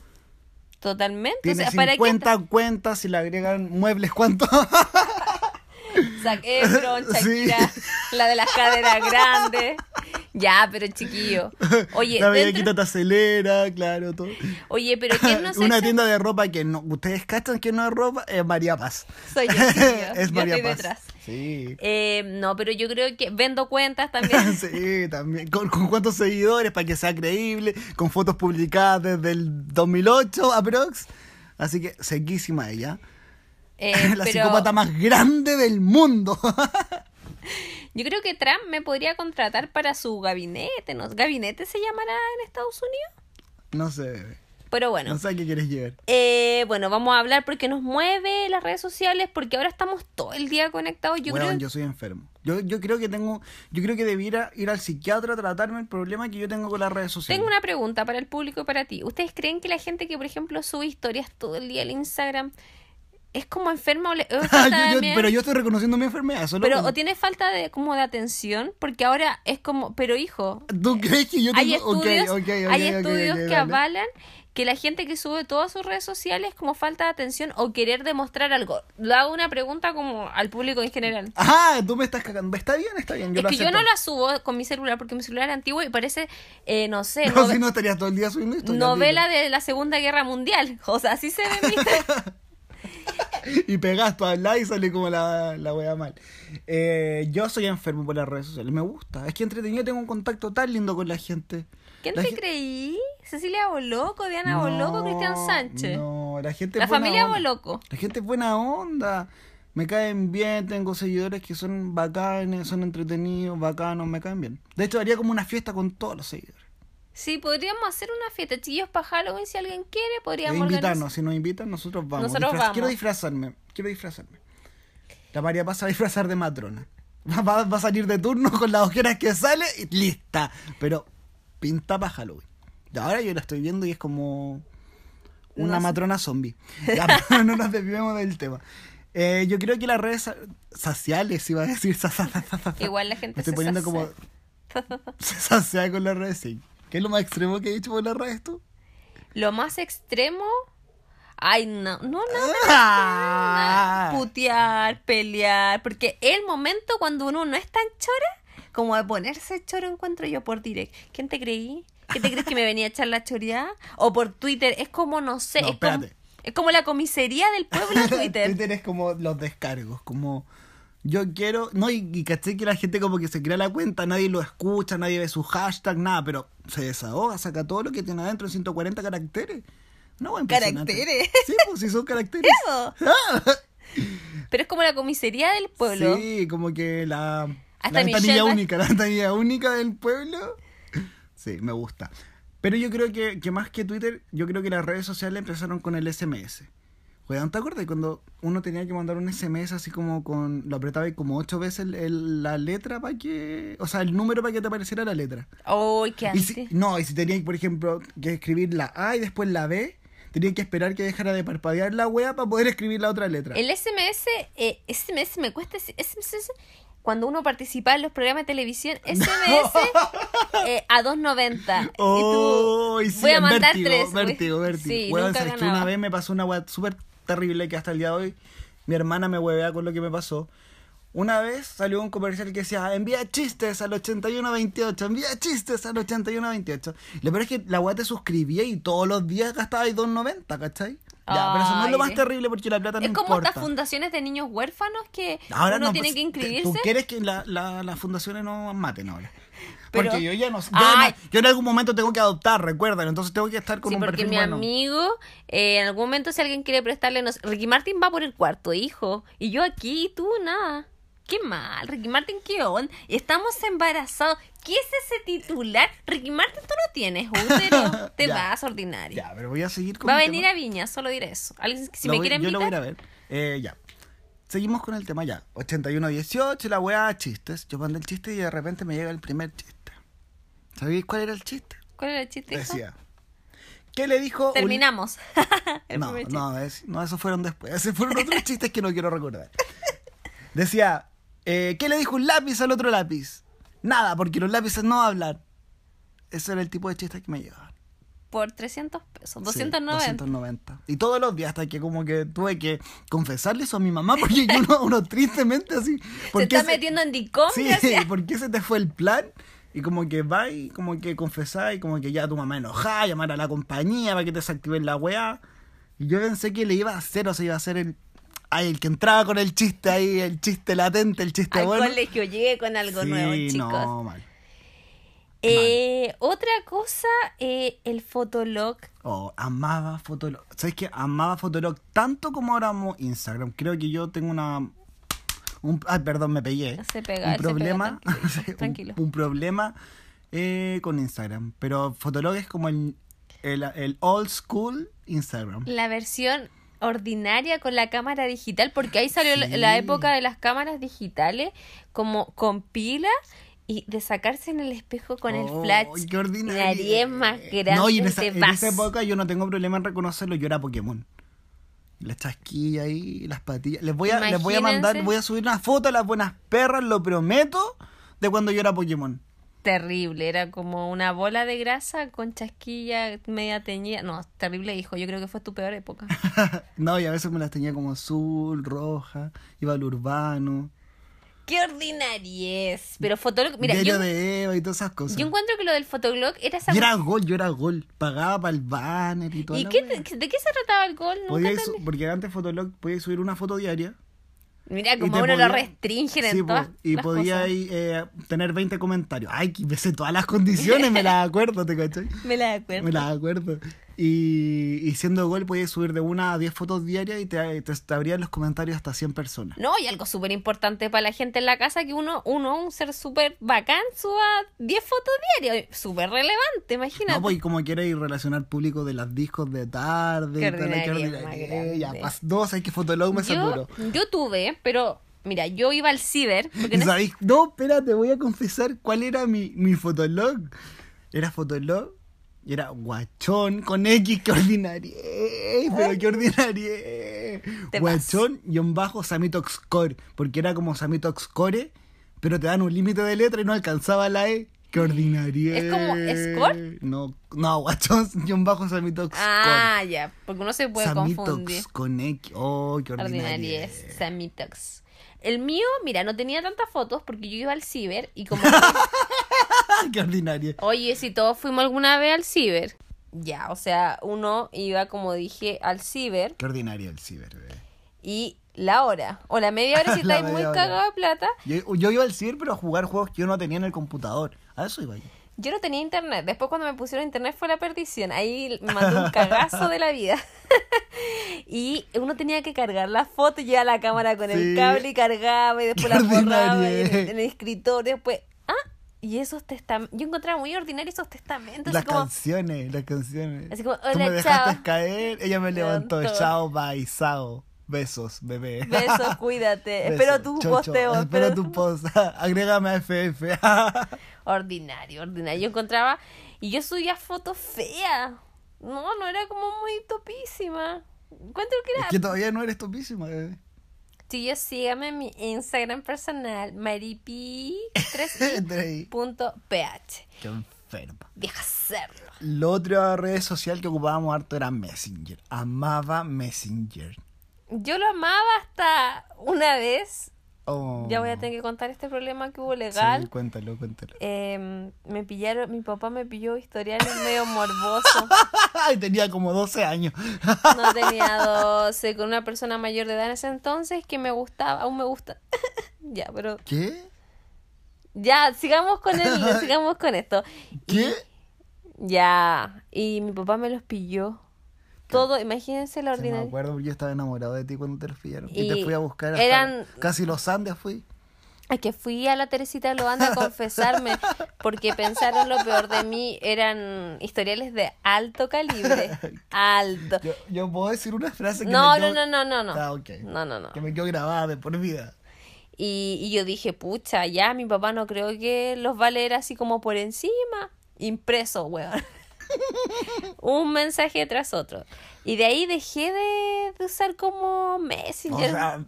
Speaker 2: Totalmente. O
Speaker 3: Tienes
Speaker 2: sea, ¿para qué
Speaker 3: 50 cuentas si le agregan muebles, ¿cuánto?
Speaker 2: Zac Efron, Shakira, la de las caderas grandes. Ya, pero chiquillo. Oye,
Speaker 3: la
Speaker 2: dentro-
Speaker 3: bellaquita te acelera, claro, todo.
Speaker 2: oye, pero ¿quién no se
Speaker 3: Una
Speaker 2: echa-
Speaker 3: tienda de ropa que no. ¿Ustedes cachan que no es ropa? Es María Paz.
Speaker 2: Soy yo, chiquillo.
Speaker 3: es
Speaker 2: Yo
Speaker 3: María
Speaker 2: estoy
Speaker 3: Paz.
Speaker 2: detrás.
Speaker 3: Sí.
Speaker 2: Eh, no, pero yo creo que vendo cuentas también.
Speaker 3: sí, también. ¿Con, con cuántos seguidores para que sea creíble? Con fotos publicadas desde el 2008, aprox. Así que, sequísima ella.
Speaker 2: Eh,
Speaker 3: la
Speaker 2: pero
Speaker 3: psicópata más grande del mundo.
Speaker 2: yo creo que Trump me podría contratar para su gabinete. ¿no? ¿Gabinete se llamará en Estados Unidos?
Speaker 3: no sé, bebé.
Speaker 2: Pero bueno.
Speaker 3: No sé a qué quieres llevar.
Speaker 2: Eh, bueno, vamos a hablar porque nos mueve las redes sociales, porque ahora estamos todo el día conectados. Yo
Speaker 3: Weón,
Speaker 2: creo
Speaker 3: yo soy enfermo. Yo, yo creo que tengo, yo creo que debiera ir al psiquiatra a tratarme el problema que yo tengo con las redes sociales.
Speaker 2: Tengo una pregunta para el público y para ti. ¿Ustedes creen que la gente que, por ejemplo, sube historias todo el día al Instagram es como enferma o le... o
Speaker 3: Ah,
Speaker 2: falta
Speaker 3: yo- yo-
Speaker 2: también?
Speaker 3: pero yo estoy reconociendo mi enfermedad. Solo
Speaker 2: Pero,
Speaker 3: como-
Speaker 2: o tiene falta de como de atención, porque ahora es como, pero hijo,
Speaker 3: ¿Tú crees que yo tengo?
Speaker 2: hay
Speaker 3: Ok,
Speaker 2: estudios,
Speaker 3: ok, ok,
Speaker 2: hay
Speaker 3: ok, ok,
Speaker 2: estudios
Speaker 3: ok,
Speaker 2: que
Speaker 3: vale.
Speaker 2: avalan que la gente que sube todas sus redes sociales como falta de atención o querer demostrar algo. Le hago una pregunta como al público en general.
Speaker 3: Ah, tú me estás cagando. Está bien, está bien. Yo
Speaker 2: es
Speaker 3: lo
Speaker 2: que yo
Speaker 3: acepto.
Speaker 2: no la subo con mi celular porque mi celular es antiguo y parece, eh, no sé,
Speaker 3: No,
Speaker 2: nove-
Speaker 3: si no estarías todo el día subiendo esto.
Speaker 2: novela de la Segunda Guerra Mundial. O sea, así se ve mi
Speaker 3: Y pegas, tú hablas y sale como la, la wea mal. Eh, yo soy enfermo por las redes sociales. Me gusta. Es que entretenido tengo un contacto tan lindo con la gente.
Speaker 2: ¿Quién
Speaker 3: La
Speaker 2: te
Speaker 3: gen-
Speaker 2: creí? ¿Cecilia Boloco, Diana Boloco, Cristian Sánchez?
Speaker 3: No, la gente.
Speaker 2: la
Speaker 3: es buena
Speaker 2: familia
Speaker 3: onda.
Speaker 2: Boloco.
Speaker 3: La gente es buena onda. Me caen bien, tengo seguidores que son bacanes, son entretenidos, bacanos, me caen bien. De hecho, haría como una fiesta con todos los seguidores.
Speaker 2: Sí, podríamos hacer una fiesta, chiquillos, para Halloween, si alguien quiere,
Speaker 3: E
Speaker 2: podríamos
Speaker 3: invitarnos,
Speaker 2: organizar.
Speaker 3: si nos invitan, nosotros vamos.
Speaker 2: Nosotros vamos.
Speaker 3: Quiero disfrazarme, quiero disfrazarme. La María pasa a disfrazar de matrona. Va, va- va a salir de turno con las ojeras que sale y lista. Pero pinta para Halloween. Y ahora yo la estoy viendo y es como una matrona zombie. Ya, pero no nos desviemos del tema. Eh, yo creo que las redes sa- sociales, iba a decir, sa- sa- sa- sa- sa-
Speaker 2: Igual la gente
Speaker 3: me estoy
Speaker 2: se
Speaker 3: poniendo como
Speaker 2: sacia.
Speaker 3: se sacea con las redes, sí. ¿Qué es lo más extremo que he dicho por las redes tú?
Speaker 2: Lo más extremo. Ay, no, no, no.
Speaker 3: Ah.
Speaker 2: Putear, pelear. Porque el momento cuando uno no es tan chora, como de ponerse choro, encuentro yo por direct. ¿Quién te creí? ¿Qué te crees que me venía a echar la choreada? O por Twitter. Es como, no sé.
Speaker 3: No,
Speaker 2: es, como,
Speaker 3: espérate.
Speaker 2: es como la comisaría del pueblo Twitter.
Speaker 3: es como los descargos, como yo quiero, no, y, y caché que la gente como que se crea la cuenta, nadie lo escucha, nadie ve su hashtag, nada, pero se desahoga, saca todo lo que tiene adentro en 140 caracteres. No, impresionante.
Speaker 2: Caracteres.
Speaker 3: Sí, pues sí son caracteres.
Speaker 2: Eso. Pero es como la comisaría del pueblo.
Speaker 3: Sí, como que la,
Speaker 2: Hasta
Speaker 3: la
Speaker 2: Michelle
Speaker 3: ventanilla
Speaker 2: va-
Speaker 3: única, la ventanilla única del pueblo. Sí, me gusta. Pero yo creo que, que más que Twitter, yo creo que las redes sociales empezaron con el SMS. Weón, ¿te acuerdas cuando uno tenía que mandar un SMS así como con... Lo apretaba y como ocho veces el- el- la letra para que... O sea, el número para que te apareciera la letra.
Speaker 2: ¡Ay, qué
Speaker 3: Y
Speaker 2: ansia!
Speaker 3: si- no, y si tenías, por ejemplo, que escribir la A y después la B, tenías que esperar que dejara de parpadear la wea para poder escribir la otra letra.
Speaker 2: El SMS, eh, SMS me cuesta. ese- SMS, cuando uno participa en los programas de televisión, SMS eh, a 2.90.
Speaker 3: Oh, y
Speaker 2: y tú,
Speaker 3: sí,
Speaker 2: voy a
Speaker 3: en
Speaker 2: mandar
Speaker 3: vértigo,
Speaker 2: tres. voy-
Speaker 3: Vértigo, vértigo.
Speaker 2: Sí,
Speaker 3: Weón,
Speaker 2: nunca
Speaker 3: sabes que
Speaker 2: ganaba.
Speaker 3: una vez me pasó una weá súper terrible que hasta el día de hoy mi hermana me huevea con lo que me pasó. Una vez salió un comercial que decía, envía chistes al 8128, envía chistes al 8128. Lo peor es que la weá te suscribía y todos los días gastabais 2.90, ¿cachai? Ya, pero eso no es lo
Speaker 2: Ay,
Speaker 3: más
Speaker 2: ve.
Speaker 3: terrible porque la plata no
Speaker 2: es como
Speaker 3: importa.
Speaker 2: estas fundaciones de niños huérfanos que
Speaker 3: Ahora
Speaker 2: uno
Speaker 3: no,
Speaker 2: tiene
Speaker 3: pues,
Speaker 2: que
Speaker 3: te-
Speaker 2: inscribirse.
Speaker 3: ¿Tú quieres que la- la- las fundaciones no maten ahora?
Speaker 2: Pero-
Speaker 3: Porque yo ya no yo
Speaker 2: Ay.
Speaker 3: no- yo en algún momento tengo que adoptar, recuerden. Entonces tengo que estar con
Speaker 2: Sí,
Speaker 3: un
Speaker 2: porque
Speaker 3: perfil
Speaker 2: mi
Speaker 3: bueno.
Speaker 2: amigo, eh, en algún momento si alguien quiere prestarle, no sé, Ricky Martin va por el cuarto hijo, y yo aquí, y tú nada. Qué mal, Ricky Martin, qué on. Estamos embarazados. ¿Qué es ese titular? Ricky Martin, tú no tienes útero. Te
Speaker 3: Ya.
Speaker 2: vas ordinario.
Speaker 3: Ya, pero voy a seguir con
Speaker 2: Va a
Speaker 3: mi
Speaker 2: venir
Speaker 3: tema.
Speaker 2: a Viña, solo diré eso. Alguien, si
Speaker 3: Lo
Speaker 2: me
Speaker 3: voy-
Speaker 2: quieren
Speaker 3: Yo lo voy a ir
Speaker 2: invitar,
Speaker 3: a ver. Eh, ya. Seguimos con el tema ya. 81-18, la weá, chistes. Yo mandé el chiste y de repente me llega el primer chiste. ¿Sabéis cuál era el chiste?
Speaker 2: ¿cuál era el chiste? hijo?
Speaker 3: Decía. ¿Qué le dijo? Uli-
Speaker 2: Terminamos. El
Speaker 3: no,
Speaker 2: primer chiste.
Speaker 3: no, es- no, esos fueron después. Esos fueron otros chistes que no quiero recordar. Decía, eh, ¿qué le dijo un lápiz al otro lápiz? Nada, porque los lápices no hablan. Ese era el tipo de chistes que me llegaban.
Speaker 2: Por 300 pesos,
Speaker 3: Sí,
Speaker 2: 290.
Speaker 3: 290. Y todos los días, hasta que como que tuve que confesarle eso a mi mamá, porque yo uno, uno tristemente así.
Speaker 2: Se
Speaker 3: ¿por qué
Speaker 2: está metiendo en DICOM.
Speaker 3: Sí,
Speaker 2: gracias.
Speaker 3: ¿por qué se te fue el plan? Y como que va y como que confesá y como que ya tu mamá enojada, llamar a la compañía para que te desactiven la weá. Y yo pensé que le iba a hacer, o sea, iba a hacer el. Ay, el que entraba con el chiste ahí, el chiste latente, el chiste
Speaker 2: Al
Speaker 3: bueno.
Speaker 2: colegio llegué con algo
Speaker 3: Sí,
Speaker 2: nuevo, chicos.
Speaker 3: No, mal.
Speaker 2: Eh, otra cosa, eh, el fotolog.
Speaker 3: Oh, amaba Fotolog. ¿Sabes qué? Amaba Fotolog tanto como ahora amo Instagram. Creo que yo tengo una. Un, ay, perdón, me pegué. ¿eh?
Speaker 2: Se pega,
Speaker 3: un
Speaker 2: se pega,
Speaker 3: problema.
Speaker 2: tranquilo,
Speaker 3: sí, un-
Speaker 2: tranquilo.
Speaker 3: Un, problema eh, con Instagram. Pero Fotolog es como el, el, el old school Instagram.
Speaker 2: La versión ordinaria con la cámara digital, porque ahí salió la-
Speaker 3: Sí.
Speaker 2: la época de las cámaras digitales, como con pila y de sacarse en el espejo con
Speaker 3: Oh,
Speaker 2: el flash.
Speaker 3: qué ordinario.
Speaker 2: La
Speaker 3: Eh,
Speaker 2: nariz más grande.
Speaker 3: No, y en esa,
Speaker 2: te
Speaker 3: en
Speaker 2: vas.
Speaker 3: esa época yo no tengo problema en reconocerlo. Yo era Pokémon. La chasquilla ahí, las patillas. Les voy a, les voy a mandar,
Speaker 2: Imagínense.
Speaker 3: voy a subir una foto a las buenas perras, lo prometo, de cuando yo era Pokémon.
Speaker 2: Terrible, era como una bola de grasa con chasquilla media teñida. No, terrible, hijo. Yo creo que fue tu peor época.
Speaker 3: no, y a veces me las tenía como azul, roja, iba al urbano,
Speaker 2: ¡Qué ordinariez! Pero fotolog. Mira,
Speaker 3: diario
Speaker 2: yo,
Speaker 3: de Eva y todas esas cosas.
Speaker 2: yo encuentro que lo del fotolog era esa
Speaker 3: Y era gol, yo era gol. Pagaba para el banner y todo.
Speaker 2: ¿Y qué, de qué se trataba el gol? Nunca
Speaker 3: Podíais,
Speaker 2: entendí.
Speaker 3: porque antes Fotolog podíais subir una foto diaria.
Speaker 2: Mira,
Speaker 3: y
Speaker 2: como
Speaker 3: te
Speaker 2: uno
Speaker 3: podía-
Speaker 2: lo restringen
Speaker 3: Sí,
Speaker 2: en
Speaker 3: po,
Speaker 2: todas
Speaker 3: Y
Speaker 2: las
Speaker 3: podía
Speaker 2: cosas.
Speaker 3: ahí, eh, tener 20 comentarios. Ay, que me sé todas las condiciones, me las acuerdo, ¿te cachai?
Speaker 2: Me la acuerdo.
Speaker 3: Me las acuerdo. Y, y siendo gol podías subir de una a 10 fotos diarias y te, te- te abrían los comentarios hasta 100 personas.
Speaker 2: No, y algo súper importante para la gente en la casa, que uno, uno un ser súper bacán, suba 10 fotos diarias. Súper relevante, imagínate.
Speaker 3: No, pues y como queréis relacionar público de las discos de tarde.
Speaker 2: Qué
Speaker 3: y tal,
Speaker 2: ordinario,
Speaker 3: qué
Speaker 2: más
Speaker 3: ordinario. Eh, Ya,
Speaker 2: grande.
Speaker 3: pas dos, hay que Fotolog me
Speaker 2: yo,
Speaker 3: saturó.
Speaker 2: yo tuve, pero mira, yo iba al ciber. Porque
Speaker 3: ¿Y
Speaker 2: no-
Speaker 3: sabéis? No, espérate, voy a confesar cuál era mi, mi fotolog. Era fotolog y era guachón con X, qué ordinarie. Pero qué ordinarie.
Speaker 2: Te
Speaker 3: Guachón y un bajo Samitoxcore, porque era como Samitoxcore, pero te dan un límite de letra y no alcanzaba la E. Qué ordinarie.
Speaker 2: ¿Es como score?
Speaker 3: No, no, guachón y un bajo Samitoxcore.
Speaker 2: Ah, ya, porque uno se puede confundir.
Speaker 3: Samitox con X. Oh, qué ordinarie.
Speaker 2: Ordinarias, Samitox. El mío, mira, no tenía tantas fotos porque yo iba al ciber y como
Speaker 3: Ah, qué ordinarie.
Speaker 2: Oye, si todos fuimos alguna vez al ciber. Ya, o sea, uno iba, como dije, al ciber
Speaker 3: Qué ordinario el ciber, bebé.
Speaker 2: y la hora. O la media hora si
Speaker 3: La
Speaker 2: estáis muy
Speaker 3: media hora.
Speaker 2: cagado de plata.
Speaker 3: Yo, yo iba al ciber, pero a jugar juegos que yo no tenía en el computador. A eso iba yo.
Speaker 2: Yo no tenía internet. Después cuando me pusieron internet fue la perdición. Ahí me mandó un cagazo de la vida. y uno tenía que cargar la foto, llevaba la cámara con el
Speaker 3: Sí.
Speaker 2: cable y cargaba y después la
Speaker 3: Qué
Speaker 2: borraba y
Speaker 3: ordinaria.
Speaker 2: en, el- en el escritorio. Después, ah, y esos testamentos. Yo encontraba muy ordinarios esos testamentos.
Speaker 3: las
Speaker 2: así como,
Speaker 3: canciones, las canciones.
Speaker 2: Así como,
Speaker 3: Tú
Speaker 2: "Hola,
Speaker 3: me dejaste
Speaker 2: chao".
Speaker 3: caer, ella me levantó.
Speaker 2: Levantó.
Speaker 3: Chao, bye, sao. Besos, bebé.
Speaker 2: besos, cuídate.
Speaker 3: Besos.
Speaker 2: Espero tus
Speaker 3: Chau, chau.
Speaker 2: posteos.
Speaker 3: Espero tu post. Agrégame a FF.
Speaker 2: ordinario, ordinario. Yo encontraba y yo subía fotos feas. No, no era como muy topísima. Encuentro que era.
Speaker 3: es que todavía no eres topísima, bebé.
Speaker 2: Chicos, síganme en mi Instagram personal, maripi3i.ph.
Speaker 3: Entra ahí. Qué enferma.
Speaker 2: Vieja cerda.
Speaker 3: La otra red social que ocupábamos harto era Messenger. Amaba Messenger.
Speaker 2: Yo lo amaba hasta una vez.
Speaker 3: Oh.
Speaker 2: Ya voy a tener que contar este problema que hubo
Speaker 3: Sí,
Speaker 2: legal.
Speaker 3: cuéntalo, cuéntalo.
Speaker 2: Em, me pillaron, mi papá me pilló historiales medio morboso.
Speaker 3: Ay, tenía como 12 años.
Speaker 2: No tenía 12, con una persona mayor de edad en ese entonces que me gustaba, aún me gusta. ya, pero
Speaker 3: ¿Qué?
Speaker 2: ya, sigamos con el, sigamos con esto.
Speaker 3: ¿Qué?
Speaker 2: Ya, y mi papá me los pilló. Todo, imagínense la
Speaker 3: Sí, me
Speaker 2: ordinaria.
Speaker 3: acuerdo, yo estaba enamorado de ti cuando te los pillaron. Y, te
Speaker 2: Y
Speaker 3: fui a buscar hasta
Speaker 2: eran-
Speaker 3: casi los Andes fui.
Speaker 2: Es que fui a la Teresita de Loanda a confesarme porque pensaron lo peor de mí eran historiales de alto calibre. Alto.
Speaker 3: Yo, yo puedo decir una frase que
Speaker 2: No,
Speaker 3: me
Speaker 2: no,
Speaker 3: quedó-
Speaker 2: no, no, no, no.
Speaker 3: Ah, ok.
Speaker 2: No, no, no.
Speaker 3: Que me quedó grabada de por vida.
Speaker 2: Y, y yo dije, pucha, ya mi papá no creo que los va a leer así como por encima. Impreso, weón. Un mensaje tras otro. Y de ahí dejé de, de usar como
Speaker 3: O
Speaker 2: Messenger.
Speaker 3: sea,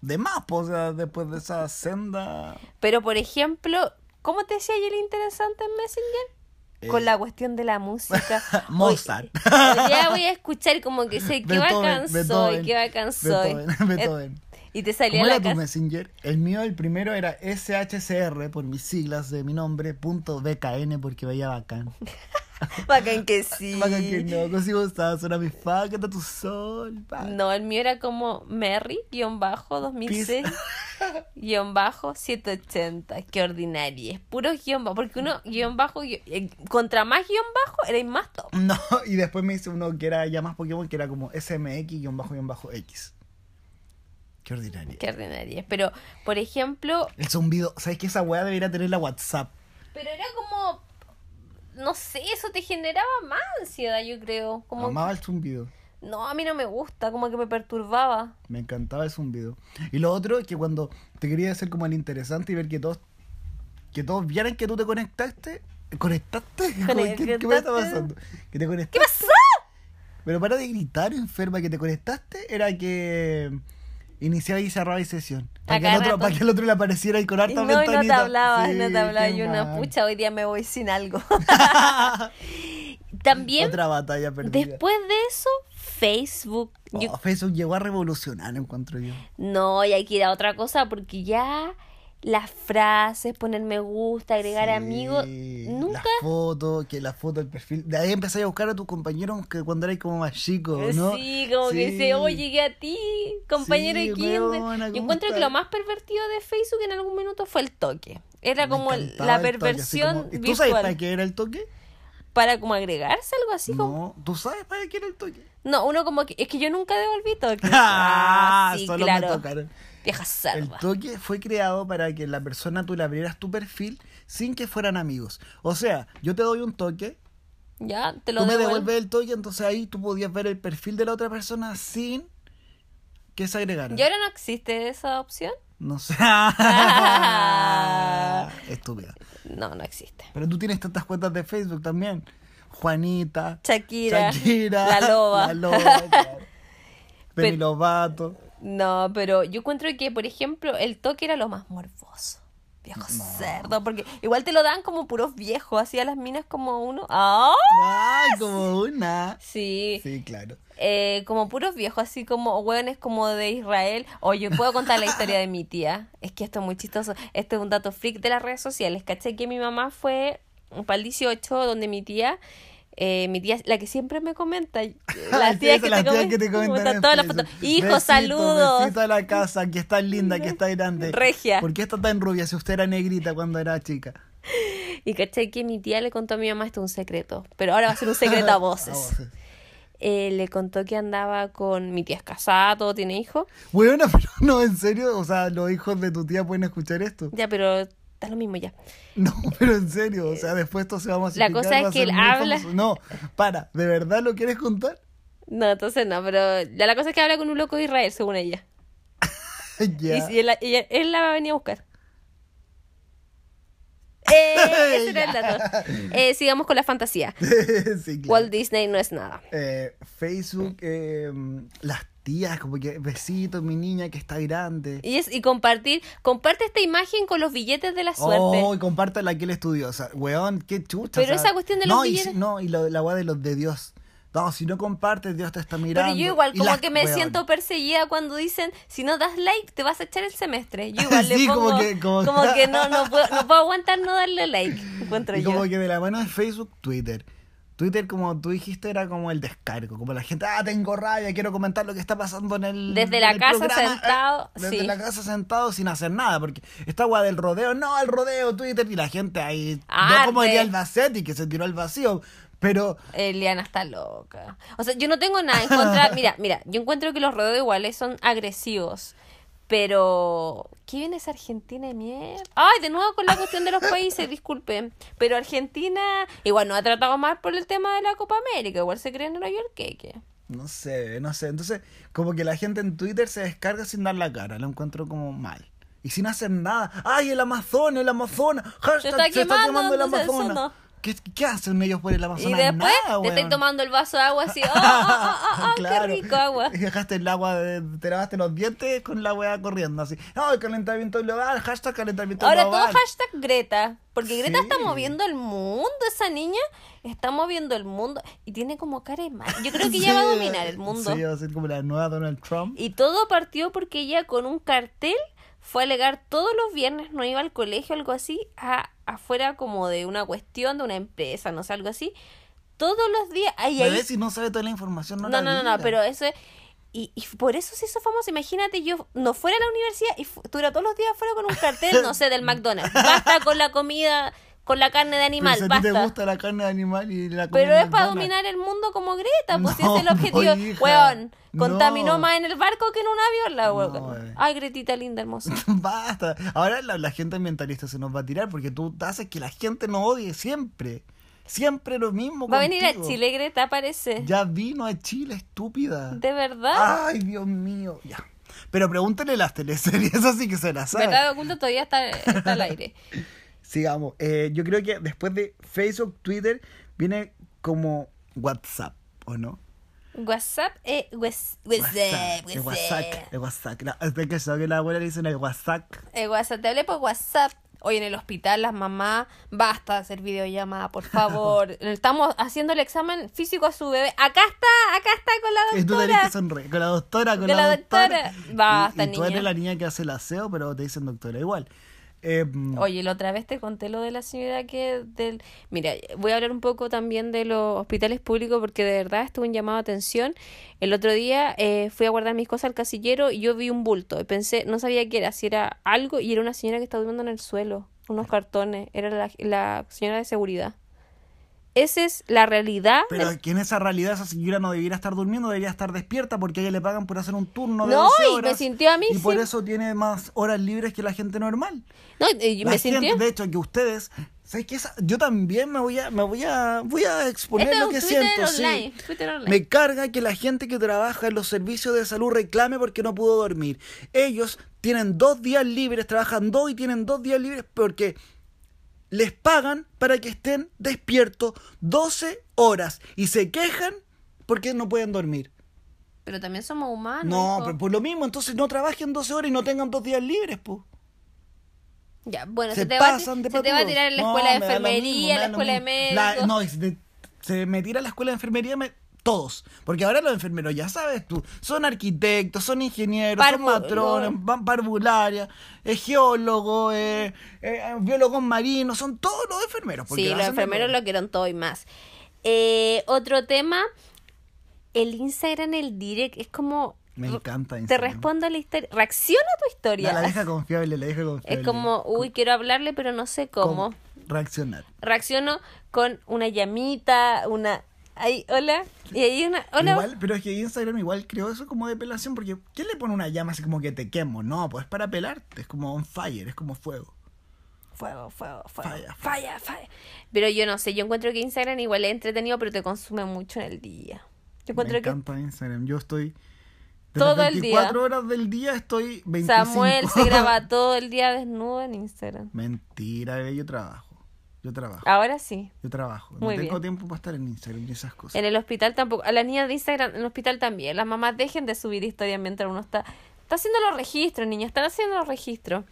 Speaker 3: de más, po, o sea, después de esa senda.
Speaker 2: Pero por ejemplo, ¿cómo te decía yo lo interesante en Messenger? Con la cuestión de la música. Hoy-
Speaker 3: eh, Mozart.
Speaker 2: hoy día voy a escuchar como que sé qué
Speaker 3: Beethoven,
Speaker 2: bacán soy,
Speaker 3: Beethoven,
Speaker 2: qué bacán soy.
Speaker 3: Beethoven, Beethoven.
Speaker 2: Eh, Y te salía
Speaker 3: ¿Cómo
Speaker 2: la
Speaker 3: era tu
Speaker 2: canción.
Speaker 3: Messenger? El mío, el primero era SHCR, por mis siglas de mi nombre, punto BKN, porque veía bacán.
Speaker 2: Bacán que sí.
Speaker 3: Bacán que no, consigo estar, suena mi fa, canta tu sol. pa.
Speaker 2: No, el mío era como Merry, guión bajo, 2006, guión bajo, 780. Qué ordinaria. Es puro guión bajo. Porque uno, guión bajo, guión- eh, contra más guión bajo, erais más top.
Speaker 3: No, y después me hice uno que era ya más Pokémon, que era como SMX-X. Qué ordinario.
Speaker 2: Qué ordinaria. Pero, por ejemplo,
Speaker 3: El zumbido, ¿sabes que esa weá debería tener la WhatsApp?
Speaker 2: pero era como, no sé, eso te generaba más ansiedad, yo creo. Como,
Speaker 3: Amaba el zumbido.
Speaker 2: no, a mí no me gusta, como que me perturbaba.
Speaker 3: Me encantaba el zumbido. Y lo otro es que cuando te quería hacer como el interesante y ver que todos que todos vieran que tú te conectaste, conectaste, como, ¿qué- ¿qué, me está
Speaker 2: Conectaste.
Speaker 3: pasando? Que te
Speaker 2: ¿Qué
Speaker 3: conectaste.
Speaker 2: pasó?
Speaker 3: Pero para de gritar, enferma, que te conectaste, era que iniciaba y cerraba la sesión. Para
Speaker 2: A
Speaker 3: que, el
Speaker 2: cada
Speaker 3: otro,
Speaker 2: rato.
Speaker 3: para que el otro le apareciera ahí con harta
Speaker 2: Y no, y no te hablaba,
Speaker 3: Sí,
Speaker 2: no te hablaba.
Speaker 3: qué
Speaker 2: Yo una
Speaker 3: mal.
Speaker 2: pucha, hoy día me voy sin algo. También
Speaker 3: Otra batalla perdida.
Speaker 2: Después de eso, Facebook.
Speaker 3: Oh,
Speaker 2: Yo-
Speaker 3: Facebook llegó a revolucionar, encuentro yo.
Speaker 2: no, y hay que ir a otra cosa porque ya las frases, poner me gusta, agregar
Speaker 3: Sí,
Speaker 2: amigos, nunca.
Speaker 3: Las fotos, que la foto, el perfil. De ahí empecé a buscar a tus compañeros que cuando erais como más chico,
Speaker 2: Eh,
Speaker 3: ¿no?
Speaker 2: Sí, como que
Speaker 3: Sí.
Speaker 2: dice, oh, llegué a ti, compañero
Speaker 3: Sí,
Speaker 2: de kinder.
Speaker 3: weona,
Speaker 2: Yo
Speaker 3: ¿cómo
Speaker 2: encuentro que
Speaker 3: estás?
Speaker 2: lo más pervertido de Facebook en algún minuto fue el toque. Era
Speaker 3: Me
Speaker 2: como el-
Speaker 3: encantaba
Speaker 2: la
Speaker 3: el toque, así
Speaker 2: perversión
Speaker 3: como- ¿Y ¿Tú
Speaker 2: virtual.
Speaker 3: sabes
Speaker 2: Para,
Speaker 3: para qué era el toque?
Speaker 2: como agregarse, algo así. como-
Speaker 3: No, ¿tú sabes para qué era el toque?
Speaker 2: No, uno como que. Es que yo nunca devolví toque.
Speaker 3: Ah,
Speaker 2: Ah, sí,
Speaker 3: solo
Speaker 2: claro.
Speaker 3: me tocaron.
Speaker 2: Vieja
Speaker 3: El
Speaker 2: salva.
Speaker 3: toque fue creado para que la persona tú le abrieras tu perfil sin que fueran amigos. O sea, yo te doy un toque,
Speaker 2: Ya, te lo
Speaker 3: tú me
Speaker 2: devuelvo.
Speaker 3: devuelves el toque, entonces ahí tú podías ver el perfil de la otra persona sin que se agregara.
Speaker 2: ¿Y ahora no existe esa opción?
Speaker 3: No sé. Estúpida.
Speaker 2: No, no existe.
Speaker 3: Pero tú tienes tantas cuentas de Facebook también. Juanita,
Speaker 2: Shakira,
Speaker 3: Shakira,
Speaker 2: la loba.
Speaker 3: La Loba, claro.
Speaker 2: Pero-
Speaker 3: Demi Lovato.
Speaker 2: No, pero yo encuentro que, por ejemplo, el toque era lo más morboso. Viejo cerdo, porque igual te lo dan como puros viejos, así a las minas como uno. ¡Ah!
Speaker 3: Ay, como una.
Speaker 2: Sí,
Speaker 3: Sí, claro.
Speaker 2: eh, como puros viejos, así como hueones como de Israel. Oye, puedo contar la historia de mi tía. Es que esto es muy chistoso. Este es un dato freak de las redes sociales. Caché que mi mamá fue para el 18, donde mi tía, eh, mi tía, la que siempre me comenta, la
Speaker 3: Ah, Sí,
Speaker 2: tía
Speaker 3: esas
Speaker 2: que,
Speaker 3: las
Speaker 2: te
Speaker 3: tías
Speaker 2: comen-
Speaker 3: que te comentan
Speaker 2: comenta
Speaker 3: en
Speaker 2: todas las
Speaker 3: Facebook.
Speaker 2: fotos. Hijo,
Speaker 3: Besito,
Speaker 2: saludos.
Speaker 3: besito a la casa, que está linda, que está grande.
Speaker 2: Regia.
Speaker 3: ¿Por qué está tan rubia si usted era negrita cuando era chica?
Speaker 2: Y caché que mi tía le contó a mi mamá esto es un secreto, pero ahora va a ser un secreto a voces.
Speaker 3: A voces.
Speaker 2: Eh, le contó que andaba con mi tía es casada, todo tiene hijos.
Speaker 3: Bueno, pero no, en serio, o sea, los hijos de tu tía pueden escuchar esto.
Speaker 2: Ya, pero está lo mismo ya.
Speaker 3: No, pero en serio, o sea, después esto se va a masificar.
Speaker 2: La cosa es
Speaker 3: va a
Speaker 2: que
Speaker 3: ser
Speaker 2: él
Speaker 3: muy
Speaker 2: habla-
Speaker 3: famoso. No, para, ¿de verdad lo quieres contar?
Speaker 2: No, entonces no, pero ya la cosa es que habla con un loco de Israel, según ella.
Speaker 3: ya.
Speaker 2: Y si él, la- ella- él la va a venir a buscar. Eh, ese era el dato. Eh, sigamos con la fantasía.
Speaker 3: Sí, claro.
Speaker 2: Walt Disney no es nada.
Speaker 3: Eh, Facebook, eh, las tías, como que besito, mi niña que está grande.
Speaker 2: Y, es, y compartir, comparte esta imagen con los billetes de la suerte.
Speaker 3: Oh, y compártela que él estudió. O sea, weón, qué chucha.
Speaker 2: Pero
Speaker 3: o sea,
Speaker 2: esa cuestión de los
Speaker 3: no, y,
Speaker 2: billetes-
Speaker 3: No, y lo- la weá de los de Dios. No, si no compartes, Dios te está
Speaker 2: Pero
Speaker 3: mirando.
Speaker 2: yo igual
Speaker 3: Y
Speaker 2: como
Speaker 3: las-
Speaker 2: que me
Speaker 3: weón.
Speaker 2: siento perseguida cuando dicen, si no das like, te vas a echar el semestre. Yo igual
Speaker 3: Sí,
Speaker 2: le
Speaker 3: como
Speaker 2: pongo, como
Speaker 3: que-
Speaker 2: que, no,
Speaker 3: como-
Speaker 2: no, puedo, no puedo aguantar no darle like, encuentro
Speaker 3: Y
Speaker 2: yo.
Speaker 3: como que de la mano de Facebook, Twitter. Twitter, como tú dijiste, era como el descargo. Como la gente, ah, tengo rabia, quiero comentar lo que está pasando en el.
Speaker 2: Desde
Speaker 3: en
Speaker 2: la
Speaker 3: el
Speaker 2: casa
Speaker 3: programa". Eh,
Speaker 2: sentado,
Speaker 3: Desde
Speaker 2: sí.
Speaker 3: la casa sentado sin hacer nada. Porque esta agua del rodeo, no, el rodeo, Twitter. Y la gente ahí.
Speaker 2: Arde.
Speaker 3: Yo como diría Albacete, que se tiró al vacío. Pero.
Speaker 2: Eliana eh, está loca. O sea, yo no tengo nada en contra. Mira, mira, yo encuentro que los rodeos iguales son agresivos. Pero. ¿Qué viene esa Argentina de mierda? Ay, de nuevo con la cuestión de los países, disculpen. Pero Argentina igual no ha tratado mal por el tema de la Copa América. Igual se cree en Nueva York que.
Speaker 3: No sé, no sé. Entonces, como que la gente en Twitter se descarga sin dar la cara. Lo encuentro como mal. Y sin hacer nada. ¡Ay, el Amazonas, el Amazonas! ¡Hashtag,
Speaker 2: está quemando,
Speaker 3: el
Speaker 2: entonces, eso
Speaker 3: Amazonas!
Speaker 2: no.
Speaker 3: ¿Qué, ¿Qué hacen ellos por el Amazonas?
Speaker 2: Y después
Speaker 3: Nada,
Speaker 2: te estoy
Speaker 3: weón.
Speaker 2: tomando el vaso de agua así. ¡Oh, oh, oh, oh, oh,
Speaker 3: Claro.
Speaker 2: qué rico agua!
Speaker 3: Y dejaste el agua, de- te lavaste los dientes con la weá corriendo así. No, el calentamiento global, hashtag calentamiento
Speaker 2: Ahora todo
Speaker 3: global.
Speaker 2: hashtag Greta, porque Greta está
Speaker 3: Sí.
Speaker 2: moviendo el mundo, esa niña está moviendo el mundo y tiene como cara de mal. Yo creo que
Speaker 3: Sí,
Speaker 2: ella va a dominar el mundo.
Speaker 3: Sí, va a ser como la nueva Donald Trump.
Speaker 2: Y todo partió porque ella con un cartel fue a alegar todos los viernes, no iba al colegio, algo así, a, afuera como de una cuestión, de una empresa, no sé, algo así. Todos los días, ahí, ahí
Speaker 3: Bebé, si no sabe toda la información, no
Speaker 2: no,
Speaker 3: la
Speaker 2: no, no, no,
Speaker 3: diga.
Speaker 2: pero eso es... Y, y por eso se hizo famoso. Imagínate, yo no fuera a la universidad y fu- estuviera todos los días fuera con un cartel, no sé, del McDonald's. Basta con la comida, con la carne de
Speaker 3: Pero
Speaker 2: animal,
Speaker 3: si a ti
Speaker 2: basta.
Speaker 3: te gusta la carne de animal y la
Speaker 2: Pero
Speaker 3: comida
Speaker 2: es para
Speaker 3: McDonald's.
Speaker 2: dominar el mundo como Greta, pues si
Speaker 3: No,
Speaker 2: ese es el objetivo.
Speaker 3: hija,
Speaker 2: Weón, contaminó
Speaker 3: no. eh.
Speaker 2: más en el barco que en un avión la weón.
Speaker 3: bebé.
Speaker 2: Ay, Gretita linda, hermosa.
Speaker 3: Basta. Ahora la, la gente ambientalista se nos va a tirar porque tú haces que la gente nos odie siempre. Siempre lo mismo.
Speaker 2: Va a venir a
Speaker 3: contigo.
Speaker 2: Chile, Greta, parece.
Speaker 3: Ya Ah, vino a Chile, estúpida.
Speaker 2: De verdad.
Speaker 3: Ay, Dios mío. Ya. Pero pregúntale las teleseries, esas sí que se las sabe.
Speaker 2: Verdad oculto todavía está, está al aire.
Speaker 3: Sigamos. Eh, yo creo que después de Facebook, Twitter, viene como WhatsApp, ¿o no?
Speaker 2: WhatsApp, eh, whats- WhatsApp,
Speaker 3: El
Speaker 2: WhatsApp.
Speaker 3: WhatsApp. El WhatsApp. La- hasta que sabe que la abuela le dicen el WhatsApp.
Speaker 2: Eh, WhatsApp, te hablé por WhatsApp. Hoy en el hospital, las mamás, basta de hacer videollamada, por favor. Estamos haciendo el examen físico a su bebé. Acá está, acá está con
Speaker 3: Y tú
Speaker 2: la
Speaker 3: tenés que
Speaker 2: doctora.
Speaker 3: sonreír. Con la doctora, con,
Speaker 2: Con la
Speaker 3: Y-
Speaker 2: doctora. Basta,
Speaker 3: y, tú
Speaker 2: niña.
Speaker 3: eres la niña que hace el aseo, pero te dicen doctora igual. Eh,
Speaker 2: Oye, la otra vez te conté lo de la señora que del... Mira, voy a hablar un poco también de los hospitales públicos porque de verdad estuvo un llamado a atención. El otro día eh, fui a guardar mis cosas al casillero y yo vi un bulto y pensé, no sabía qué era, si era algo y era una señora que estaba durmiendo en el suelo, unos cartones, era la, la señora de seguridad. Esa es la realidad.
Speaker 3: pero que en esa realidad esa señora no debiera estar durmiendo, debería estar despierta porque a ella le pagan por hacer un turno de
Speaker 2: No,
Speaker 3: 12
Speaker 2: y me
Speaker 3: horas,
Speaker 2: sintió a mí,
Speaker 3: Y por
Speaker 2: sí.
Speaker 3: eso tiene más horas libres que la gente normal.
Speaker 2: No, eh,
Speaker 3: La
Speaker 2: me
Speaker 3: gente,
Speaker 2: sintió...
Speaker 3: de hecho, que ustedes, ¿sabes qué? Esa- Yo también me voy a, me voy a, voy a exponer
Speaker 2: Este es
Speaker 3: lo
Speaker 2: un
Speaker 3: que
Speaker 2: Twitter
Speaker 3: siento. sí.
Speaker 2: online, Twitter online.
Speaker 3: Me carga que la gente que trabaja en los servicios de salud reclame porque no pudo dormir. Ellos tienen dos días libres, trabajan dos y tienen dos días libres porque les pagan para que estén despiertos 12 horas y se quejan porque no pueden dormir.
Speaker 2: Pero también somos humanos.
Speaker 3: no,
Speaker 2: Ah, hijo.
Speaker 3: pero por lo mismo, entonces no trabajen 12 horas y no tengan dos días libres, pues.
Speaker 2: Ya, bueno,
Speaker 3: se,
Speaker 2: se, te, va a, ti-
Speaker 3: pasan de
Speaker 2: se te va a
Speaker 3: patudos.
Speaker 2: tirar en la
Speaker 3: No,
Speaker 2: escuela de
Speaker 3: me da lo mismo,
Speaker 2: enfermería,
Speaker 3: me
Speaker 2: en la
Speaker 3: da lo
Speaker 2: escuela de
Speaker 3: mismo. La-
Speaker 2: médicos.
Speaker 3: no, y se, se me tira la escuela de enfermería, me- todos. Porque ahora los enfermeros, ya sabes tú, son arquitectos, son ingenieros,
Speaker 2: Parvu-
Speaker 3: son matrones,
Speaker 2: no.
Speaker 3: van parvularias, es geólogo, eh, eh, biólogos marinos, son todos los enfermeros. porque
Speaker 2: Sí, los
Speaker 3: hacen de
Speaker 2: enfermeros
Speaker 3: todo.
Speaker 2: lo quieren todo y más. Eh, otro tema, el Instagram, el direct, es como...
Speaker 3: Me encanta
Speaker 2: Te
Speaker 3: Instagram.
Speaker 2: respondo a la historia, reacciona a tu historia.
Speaker 3: La, la deja confiable, la deja confiable.
Speaker 2: es como, uy, quiero hablarle, pero no sé cómo.
Speaker 3: Con- Reaccionar.
Speaker 2: Reacciono con una llamita, una... Ay, hola. Y ahí una... Hola.
Speaker 3: Igual, pero es que Instagram igual creó eso como de pelación, porque ¿quién le pone una llama así como que te quemo? No, pues para pelarte, es como on fire, es como fuego.
Speaker 2: Fuego, fuego, fuego.
Speaker 3: Falla,
Speaker 2: Falla, falla, Pero yo no sé, yo encuentro que Instagram igual es entretenido, pero te consume mucho en el día. Yo
Speaker 3: Me
Speaker 2: encuentro que
Speaker 3: encanta Instagram, yo estoy... de
Speaker 2: Todo
Speaker 3: las
Speaker 2: el día.
Speaker 3: 24 horas del día estoy 25.
Speaker 2: Samuel se graba todo el día desnudo en Instagram.
Speaker 3: Mentira, bebé, yo trabajo, yo trabajo,
Speaker 2: Ahora sí.
Speaker 3: yo trabajo. No
Speaker 2: Ah. Muy
Speaker 3: tengo
Speaker 2: bien.
Speaker 3: tiempo para estar en Instagram y esas cosas.
Speaker 2: En el hospital tampoco. A la niña de Instagram, en el hospital también. Las mamás dejen de subir historias mientras uno está. Está haciendo los registros, niña. Están haciendo los registros.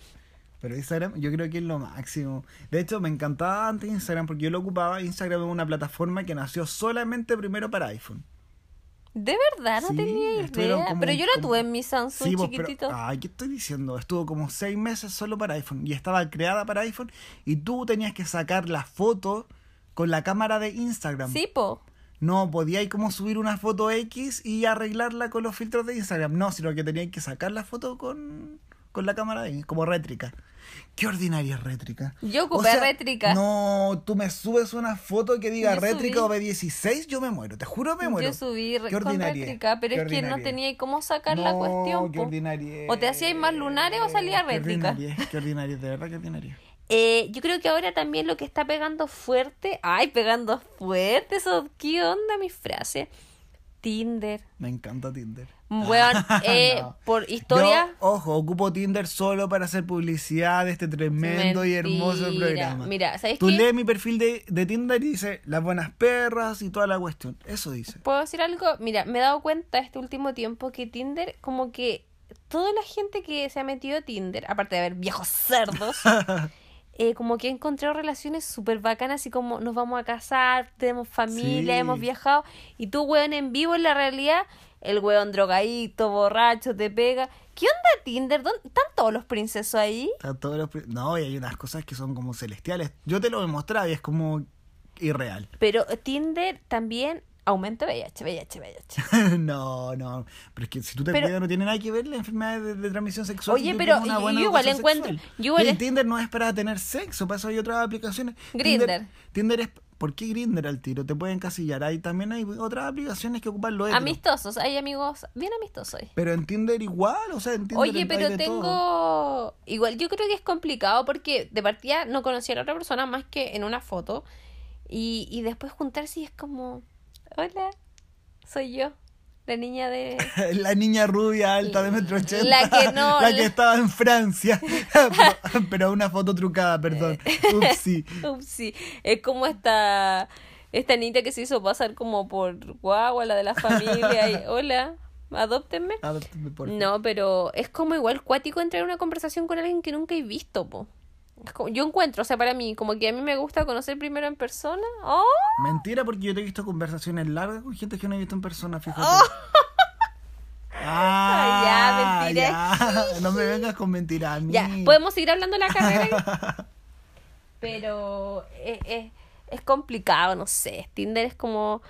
Speaker 3: Pero Instagram yo creo que es lo máximo. De hecho, me encantaba antes Instagram porque yo lo ocupaba. Instagram es una plataforma que nació solamente primero para iPhone.
Speaker 2: De verdad, no
Speaker 3: Sí,
Speaker 2: tenía
Speaker 3: estuvieron
Speaker 2: idea.
Speaker 3: como-
Speaker 2: pero yo lo
Speaker 3: como-
Speaker 2: tuve en mi Samsung
Speaker 3: Sí, vos, pero- ah,
Speaker 2: chiquitito.
Speaker 3: ay, ¿qué estoy diciendo? Estuvo como seis meses solo para iPhone y estaba creada para iPhone y tú tenías que sacar la foto con la cámara de Instagram.
Speaker 2: sí, po.
Speaker 3: No podíais como subir una foto X y arreglarla con los filtros de Instagram. No, sino que teníais que sacar la foto con, con la cámara de como rétrica. Qué ordinaria es rétrica.
Speaker 2: Yo ocupé rétrica.
Speaker 3: No, tú me subes una foto que diga
Speaker 2: Yo
Speaker 3: rétrica
Speaker 2: subí-
Speaker 3: OB16, yo me muero, te juro me muero.
Speaker 2: Yo subí re-
Speaker 3: Qué
Speaker 2: con
Speaker 3: ordinaria,
Speaker 2: rétrica, pero
Speaker 3: qué
Speaker 2: es que no
Speaker 3: ordinaria.
Speaker 2: tenía cómo sacar la
Speaker 3: No,
Speaker 2: cuestión.
Speaker 3: qué
Speaker 2: po.
Speaker 3: ordinaria
Speaker 2: O te hacías más lunares o salía
Speaker 3: Qué
Speaker 2: rétrica.
Speaker 3: ordinaria es, Qué ordinaria es, de verdad qué ordinaria.
Speaker 2: Eh, yo creo que ahora también lo que está pegando fuerte. Ay, pegando fuerte. Eso, ¿Qué onda mi frase? Tinder.
Speaker 3: Me encanta Tinder.
Speaker 2: Bueno, eh,
Speaker 3: No.
Speaker 2: por historia.
Speaker 3: Yo, ojo, ocupo Tinder solo para hacer publicidad de este tremendo y hermoso
Speaker 2: Mentira.
Speaker 3: programa.
Speaker 2: Mira, ¿sabes
Speaker 3: Tú
Speaker 2: qué?
Speaker 3: lees mi perfil de, de Tinder y dice las buenas perras y toda la cuestión. Eso dice.
Speaker 2: ¿Puedo decir algo? Mira, me he dado cuenta este último tiempo que Tinder, como que toda la gente que se ha metido a Tinder, aparte de haber viejos cerdos, eh, como que ha encontrado relaciones súper bacanas, así como nos vamos a casar, tenemos familia,
Speaker 3: Sí.
Speaker 2: hemos viajado, y tú, weón, en vivo, en la realidad, el weón drogadito, borracho, te pega. ¿Qué onda Tinder? ¿Dónde están todos los princesos ahí?
Speaker 3: Está todos los pri- no, y hay unas cosas que son como celestiales. Yo te lo he mostrado y es como irreal.
Speaker 2: Pero Tinder también aumenta VIH, VIH, VIH.
Speaker 3: no, no. Pero es que si tú te
Speaker 2: Pero-
Speaker 3: cuidas no tiene nada que ver la enfermedad de, de transmisión sexual.
Speaker 2: Oye,
Speaker 3: si tú
Speaker 2: pero
Speaker 3: tienes una
Speaker 2: yo-
Speaker 3: buena
Speaker 2: yo igual
Speaker 3: educación
Speaker 2: encuentro-
Speaker 3: sexual.
Speaker 2: yo igual
Speaker 3: Y
Speaker 2: en-
Speaker 3: Tinder no es para tener sexo, para eso hay otras aplicaciones.
Speaker 2: Grindr.
Speaker 3: Tinder, Tinder es... ¿Por qué Grinder al tiro? Te pueden encasillar. Ahí también hay otras aplicaciones que ocupan lo hetero.
Speaker 2: Amistosos, hay amigos bien amistosos. ahí.
Speaker 3: Pero en Tinder igual, o sea, en Tinder
Speaker 2: Oye,
Speaker 3: hay
Speaker 2: pero
Speaker 3: de
Speaker 2: tengo.
Speaker 3: todo.
Speaker 2: Igual yo creo que es complicado porque de partida no conocí a la otra persona más que en una foto. Y, y después juntarse y es como: Hola, soy yo, la niña de.
Speaker 3: La niña rubia alta de metro ochenta.
Speaker 2: La que no-
Speaker 3: La que estaba en Francia. pero, pero una foto trucada, perdón. Upsi.
Speaker 2: Upsi. Es como esta. Esta niña que se hizo pasar como por guagua, la de la familia. y, Hola, adóptenme.
Speaker 3: Adóptame, por favor.
Speaker 2: No, pero es como igual cuático entrar en una conversación con alguien que nunca he visto, po. Es como- yo encuentro, o sea, para mí, como que a mí me gusta conocer primero en persona. ¡Oh!
Speaker 3: Mentira, porque yo te he visto conversaciones largas con gente que no he visto en persona, fíjate. Ah,
Speaker 2: Ay, Oh. ya,
Speaker 3: ya. No me vengas con mentiras a mí.
Speaker 2: Ya, podemos seguir hablando de la carrera. pero es, es- es complicado, no sé. Tinder es como.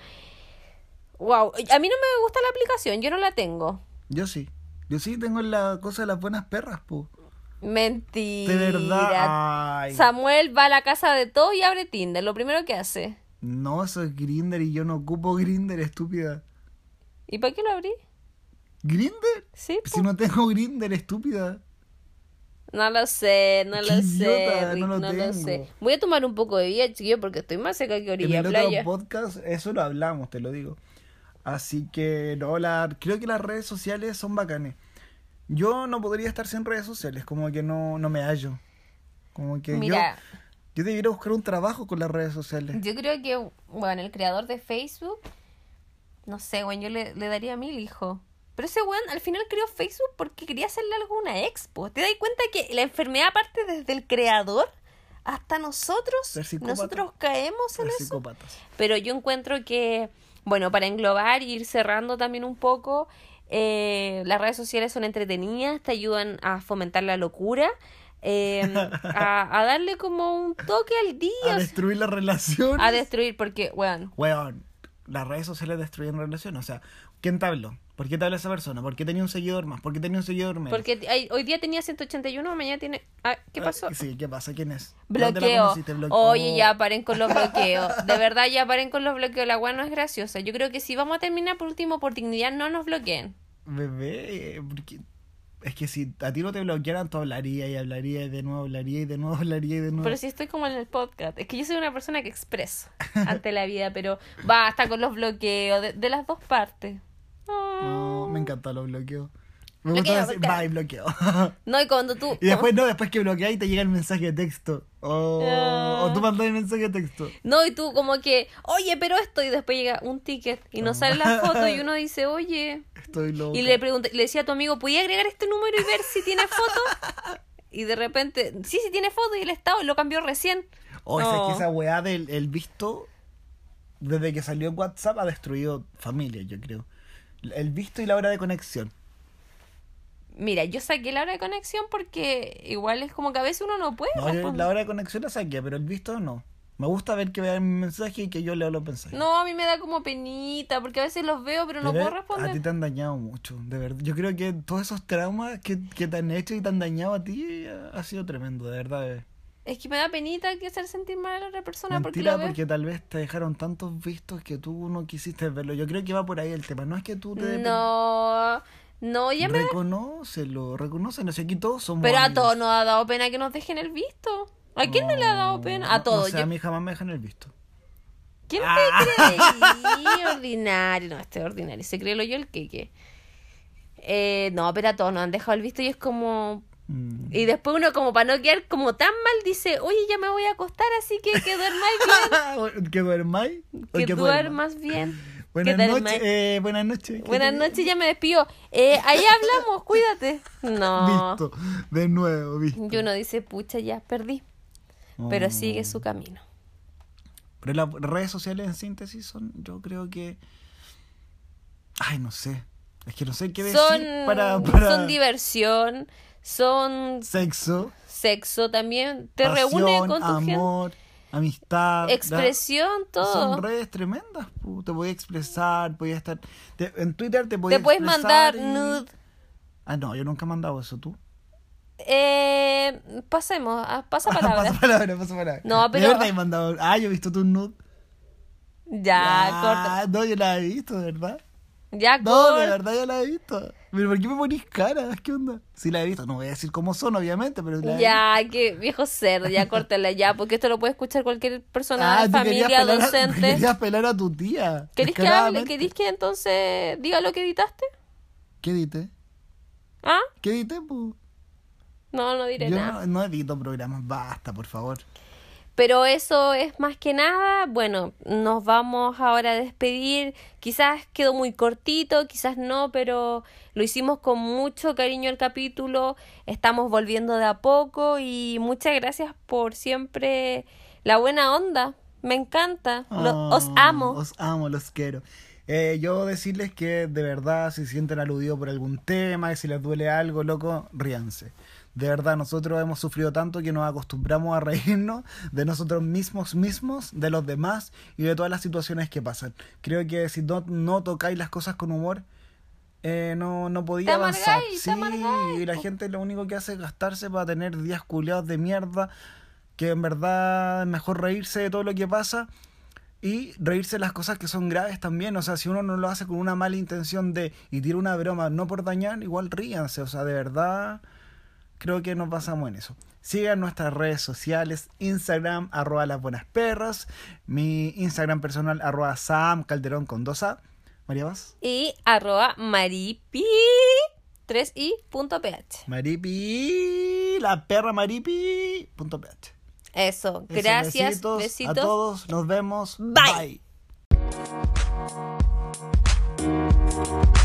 Speaker 2: Wow, a mí no me gusta la aplicación, yo no la tengo.
Speaker 3: Yo sí. Yo sí tengo la cosa de las buenas perras, po.
Speaker 2: Mentira.
Speaker 3: De verdad. Ay.
Speaker 2: Samuel va a la casa de todo y abre Tinder, lo primero que hace.
Speaker 3: No, eso es Grinder y yo no ocupo Grinder, estúpida.
Speaker 2: ¿Y para qué lo abrí?
Speaker 3: ¿Grinder?
Speaker 2: Sí, po.
Speaker 3: Si no tengo Grinder, estúpida.
Speaker 2: No lo sé, no
Speaker 3: Qué
Speaker 2: lo
Speaker 3: idiota,
Speaker 2: sé, Rick,
Speaker 3: no
Speaker 2: no,
Speaker 3: lo
Speaker 2: lo
Speaker 3: tengo.
Speaker 2: sé. Voy a tomar un poco de vida, chiquillo, porque estoy más seca que
Speaker 3: En
Speaker 2: orilla
Speaker 3: el
Speaker 2: de
Speaker 3: otro
Speaker 2: playa.
Speaker 3: podcast, eso lo hablamos, te lo digo. Así que, no, la- creo que las redes sociales son bacanes. Yo no podría estar sin redes sociales, como que no, no me hallo. Como que
Speaker 2: Mira,
Speaker 3: yo, yo debiera buscar un trabajo con las redes sociales.
Speaker 2: yo creo que, bueno, el creador de Facebook, no sé, bueno, yo le, le daría a mil hijo. Pero ese weón al final creó Facebook porque quería hacerle algo a una expo. ¿Te das cuenta que la enfermedad parte desde el creador hasta nosotros?
Speaker 3: Ser psicópata.
Speaker 2: Nosotros caemos en
Speaker 3: Los
Speaker 2: eso.
Speaker 3: psicópatas.
Speaker 2: Pero yo encuentro que, bueno, para englobar y ir cerrando también un poco, eh, las redes sociales son entretenidas, te ayudan a fomentar la locura, eh, a, a darle como un toque al día,
Speaker 3: A
Speaker 2: o sea,
Speaker 3: destruir las relaciones.
Speaker 2: a destruir, porque, bueno,
Speaker 3: Weón, las redes sociales destruyen relaciones. O sea, ¿quién te habló? ¿Por qué te habló esa persona? ¿Por qué tenía un seguidor más? ¿Por qué tenía un seguidor menos?
Speaker 2: porque ay, hoy día tenía 181, mañana tiene... ah, ¿Qué
Speaker 3: Ah,
Speaker 2: pasó?
Speaker 3: Sí, ¿qué pasa? ¿Quién es? ¿Dónde la
Speaker 2: Bloqueo.
Speaker 3: conociste? Bloqueo.
Speaker 2: Oye, ya paren con los bloqueos. De verdad, ya paren con los bloqueos. La weá no es graciosa. Yo creo que si vamos a terminar por último, por dignidad, no nos bloqueen.
Speaker 3: Bebé, eh, porque- es que si a ti no te bloquearan, tú hablarías y hablarías y de nuevo hablarías y de nuevo hablarías y de nuevo.
Speaker 2: Pero si estoy como en el podcast, es que yo soy una persona que expreso ante la vida, pero basta con los bloqueos de, de las dos partes. Ah.
Speaker 3: No, me encanta los bloqueos. Me
Speaker 2: Bloqueo,
Speaker 3: gusta decir,
Speaker 2: bloqueo.
Speaker 3: bye, bloqueo.
Speaker 2: No, y cuando tú...
Speaker 3: y después no, después que bloqueas y te llega el mensaje de texto. O-
Speaker 2: Ah.
Speaker 3: o tú mandas el mensaje de texto.
Speaker 2: No, y tú como que, oye, pero esto, y después llega un ticket y no sale la foto y uno dice, oye,
Speaker 3: Estoy loco.
Speaker 2: y le pregunta, le decía a tu amigo, ¿podía agregar este número y ver si tiene foto? Y de repente, sí, sí tiene foto y el estado lo cambió recién.
Speaker 3: O sea, es
Speaker 2: Oh.
Speaker 3: que esa weá del el visto, desde que salió en WhatsApp, ha destruido familia, yo creo. El visto y la hora de conexión.
Speaker 2: Mira, yo saqué la hora de conexión porque igual es como que a veces uno no puede.
Speaker 3: No, yo
Speaker 2: pues.
Speaker 3: la hora de conexión la saqué, pero el visto no. Me gusta ver que vean mi mensaje y que yo leo los mensajes.
Speaker 2: No, a mí me da como penita porque a veces los veo pero no
Speaker 3: Pero
Speaker 2: puedo
Speaker 3: A ti
Speaker 2: responder.
Speaker 3: te han dañado mucho, de verdad. Yo creo que todos esos traumas que, que te han hecho y te han dañado a ti ha, ha sido tremendo, de verdad. eh. bebé.
Speaker 2: Es que me da penita que hacer sentir mal a la otra persona
Speaker 3: Mentira,
Speaker 2: porque lo veo.
Speaker 3: porque tal vez te dejaron tantos vistos que tú no quisiste verlo. Yo creo que va por ahí el tema. No es que tú te...
Speaker 2: No, no, ya me da-
Speaker 3: Reconócelo, reconócelo. Si aquí todos somos
Speaker 2: Pero a
Speaker 3: amigos.
Speaker 2: todos nos ha dado pena que nos dejen el visto. ¿A quién no, le ha dado pena? A
Speaker 3: No,
Speaker 2: todos.
Speaker 3: No sé,
Speaker 2: Yo-
Speaker 3: a mí Ah. jamás me dejan el visto.
Speaker 2: ¿Quién te cree? ordinario. No, este es ordinario. Se cree lo yo el queque. Eh, no, pero a todos nos han dejado el visto y es como...
Speaker 3: Mm.
Speaker 2: Y después uno como para no quedar como tan mal dice, oye, ya me voy a acostar, así que que duermáis
Speaker 3: ¿Que duermáis? ¿O
Speaker 2: bien. que
Speaker 3: duerma?
Speaker 2: duermas bien.
Speaker 3: Buenas
Speaker 2: que
Speaker 3: noches,
Speaker 2: duermáis.
Speaker 3: eh, buenas noches. que
Speaker 2: Buenas
Speaker 3: te-
Speaker 2: noches, ya me despido. Eh, ahí hablamos, cuídate. No.
Speaker 3: Visto, de nuevo, visto.
Speaker 2: Y uno dice, pucha, ya perdí. Pero sigue su camino.
Speaker 3: Oh. Pero las redes sociales en síntesis son, yo creo que... Ay, no sé. Es que no sé qué decir
Speaker 2: Son,
Speaker 3: para, para
Speaker 2: son diversión, son
Speaker 3: sexo,
Speaker 2: sexo también. Te
Speaker 3: pasión,
Speaker 2: reúne con tu
Speaker 3: amor, amistad.
Speaker 2: gente.
Speaker 3: la-
Speaker 2: Expresión,
Speaker 3: Son
Speaker 2: todo.
Speaker 3: redes tremendas, pu. te voy a expresar, voy a estar... te- en Twitter te voy
Speaker 2: Te puedes mandar
Speaker 3: y-
Speaker 2: nude.
Speaker 3: Ah, no, yo nunca he mandado eso, ¿tú?
Speaker 2: Eh, pasemos, ah, pasa palabra.
Speaker 3: Pasa palabra, pasa palabra.
Speaker 2: No,
Speaker 3: De
Speaker 2: pero-
Speaker 3: verdad he mandado... Ah, yo he visto tu nude.
Speaker 2: ya,
Speaker 3: Ah,
Speaker 2: corta.
Speaker 3: No, yo la he visto, de verdad.
Speaker 2: Ya,
Speaker 3: No, de
Speaker 2: corta.
Speaker 3: verdad yo la he visto. Pero ¿por qué me ponís cara? ¿Qué onda? Sí la he visto, no voy a decir cómo son, obviamente, pero la he visto.
Speaker 2: Ya, que viejo cerdo, ya córtala, ya, porque esto lo puede escuchar cualquier persona
Speaker 3: Ah,
Speaker 2: de
Speaker 3: tú querías
Speaker 2: familia,
Speaker 3: pelar a-
Speaker 2: docente.
Speaker 3: querías pelar a tu tía.
Speaker 2: ¿Querís que hable?
Speaker 3: descaradamente.
Speaker 2: ¿Querís que entonces diga lo que editaste?
Speaker 3: ¿Qué edité?
Speaker 2: ¿Ah?
Speaker 3: ¿Qué edité, pu?
Speaker 2: No, no diré
Speaker 3: Yo
Speaker 2: nada.
Speaker 3: no, no edito programas, basta, por favor.
Speaker 2: Pero eso es más que nada. Bueno, nos vamos ahora a despedir. Quizás quedó muy cortito, quizás no, pero lo hicimos con mucho cariño el capítulo. Estamos volviendo de a poco y muchas gracias por siempre la buena onda. Me encanta. Lo- os
Speaker 3: Ah,
Speaker 2: amo.
Speaker 3: Os amo, los quiero. Eh, yo decirles que de verdad, si sienten aludido por algún tema, y si les duele algo, loco, ríanse. De verdad, nosotros hemos sufrido tanto que nos acostumbramos a reírnos de nosotros mismos mismos, de los demás y de todas las situaciones que pasan. Creo que si no, no tocáis las cosas con humor, eh, no, no podía
Speaker 2: Te amargáis,
Speaker 3: avanzar.
Speaker 2: te
Speaker 3: Sí,
Speaker 2: amargáis,
Speaker 3: y la
Speaker 2: po.
Speaker 3: gente lo único que hace es gastarse para tener días culeados de mierda, que en verdad es mejor reírse de todo lo que pasa y reírse de las cosas que son graves también. O sea, si uno no lo hace con una mala intención de y tira una broma, no por dañar, igual ríanse. O sea, de verdad creo que nos basamos en eso. Sigan nuestras redes sociales, Instagram, arroba las buenas perras, mi Instagram personal, arroba Sam Calderón con dos A. María Vaz.
Speaker 2: Y arroba maripi 3i.ph.
Speaker 3: Maripi, la perra maripi.ph.
Speaker 2: Eso. Gracias.
Speaker 3: Besitos,
Speaker 2: besitos.
Speaker 3: a todos. Nos vemos.
Speaker 2: Bye.
Speaker 3: Bye.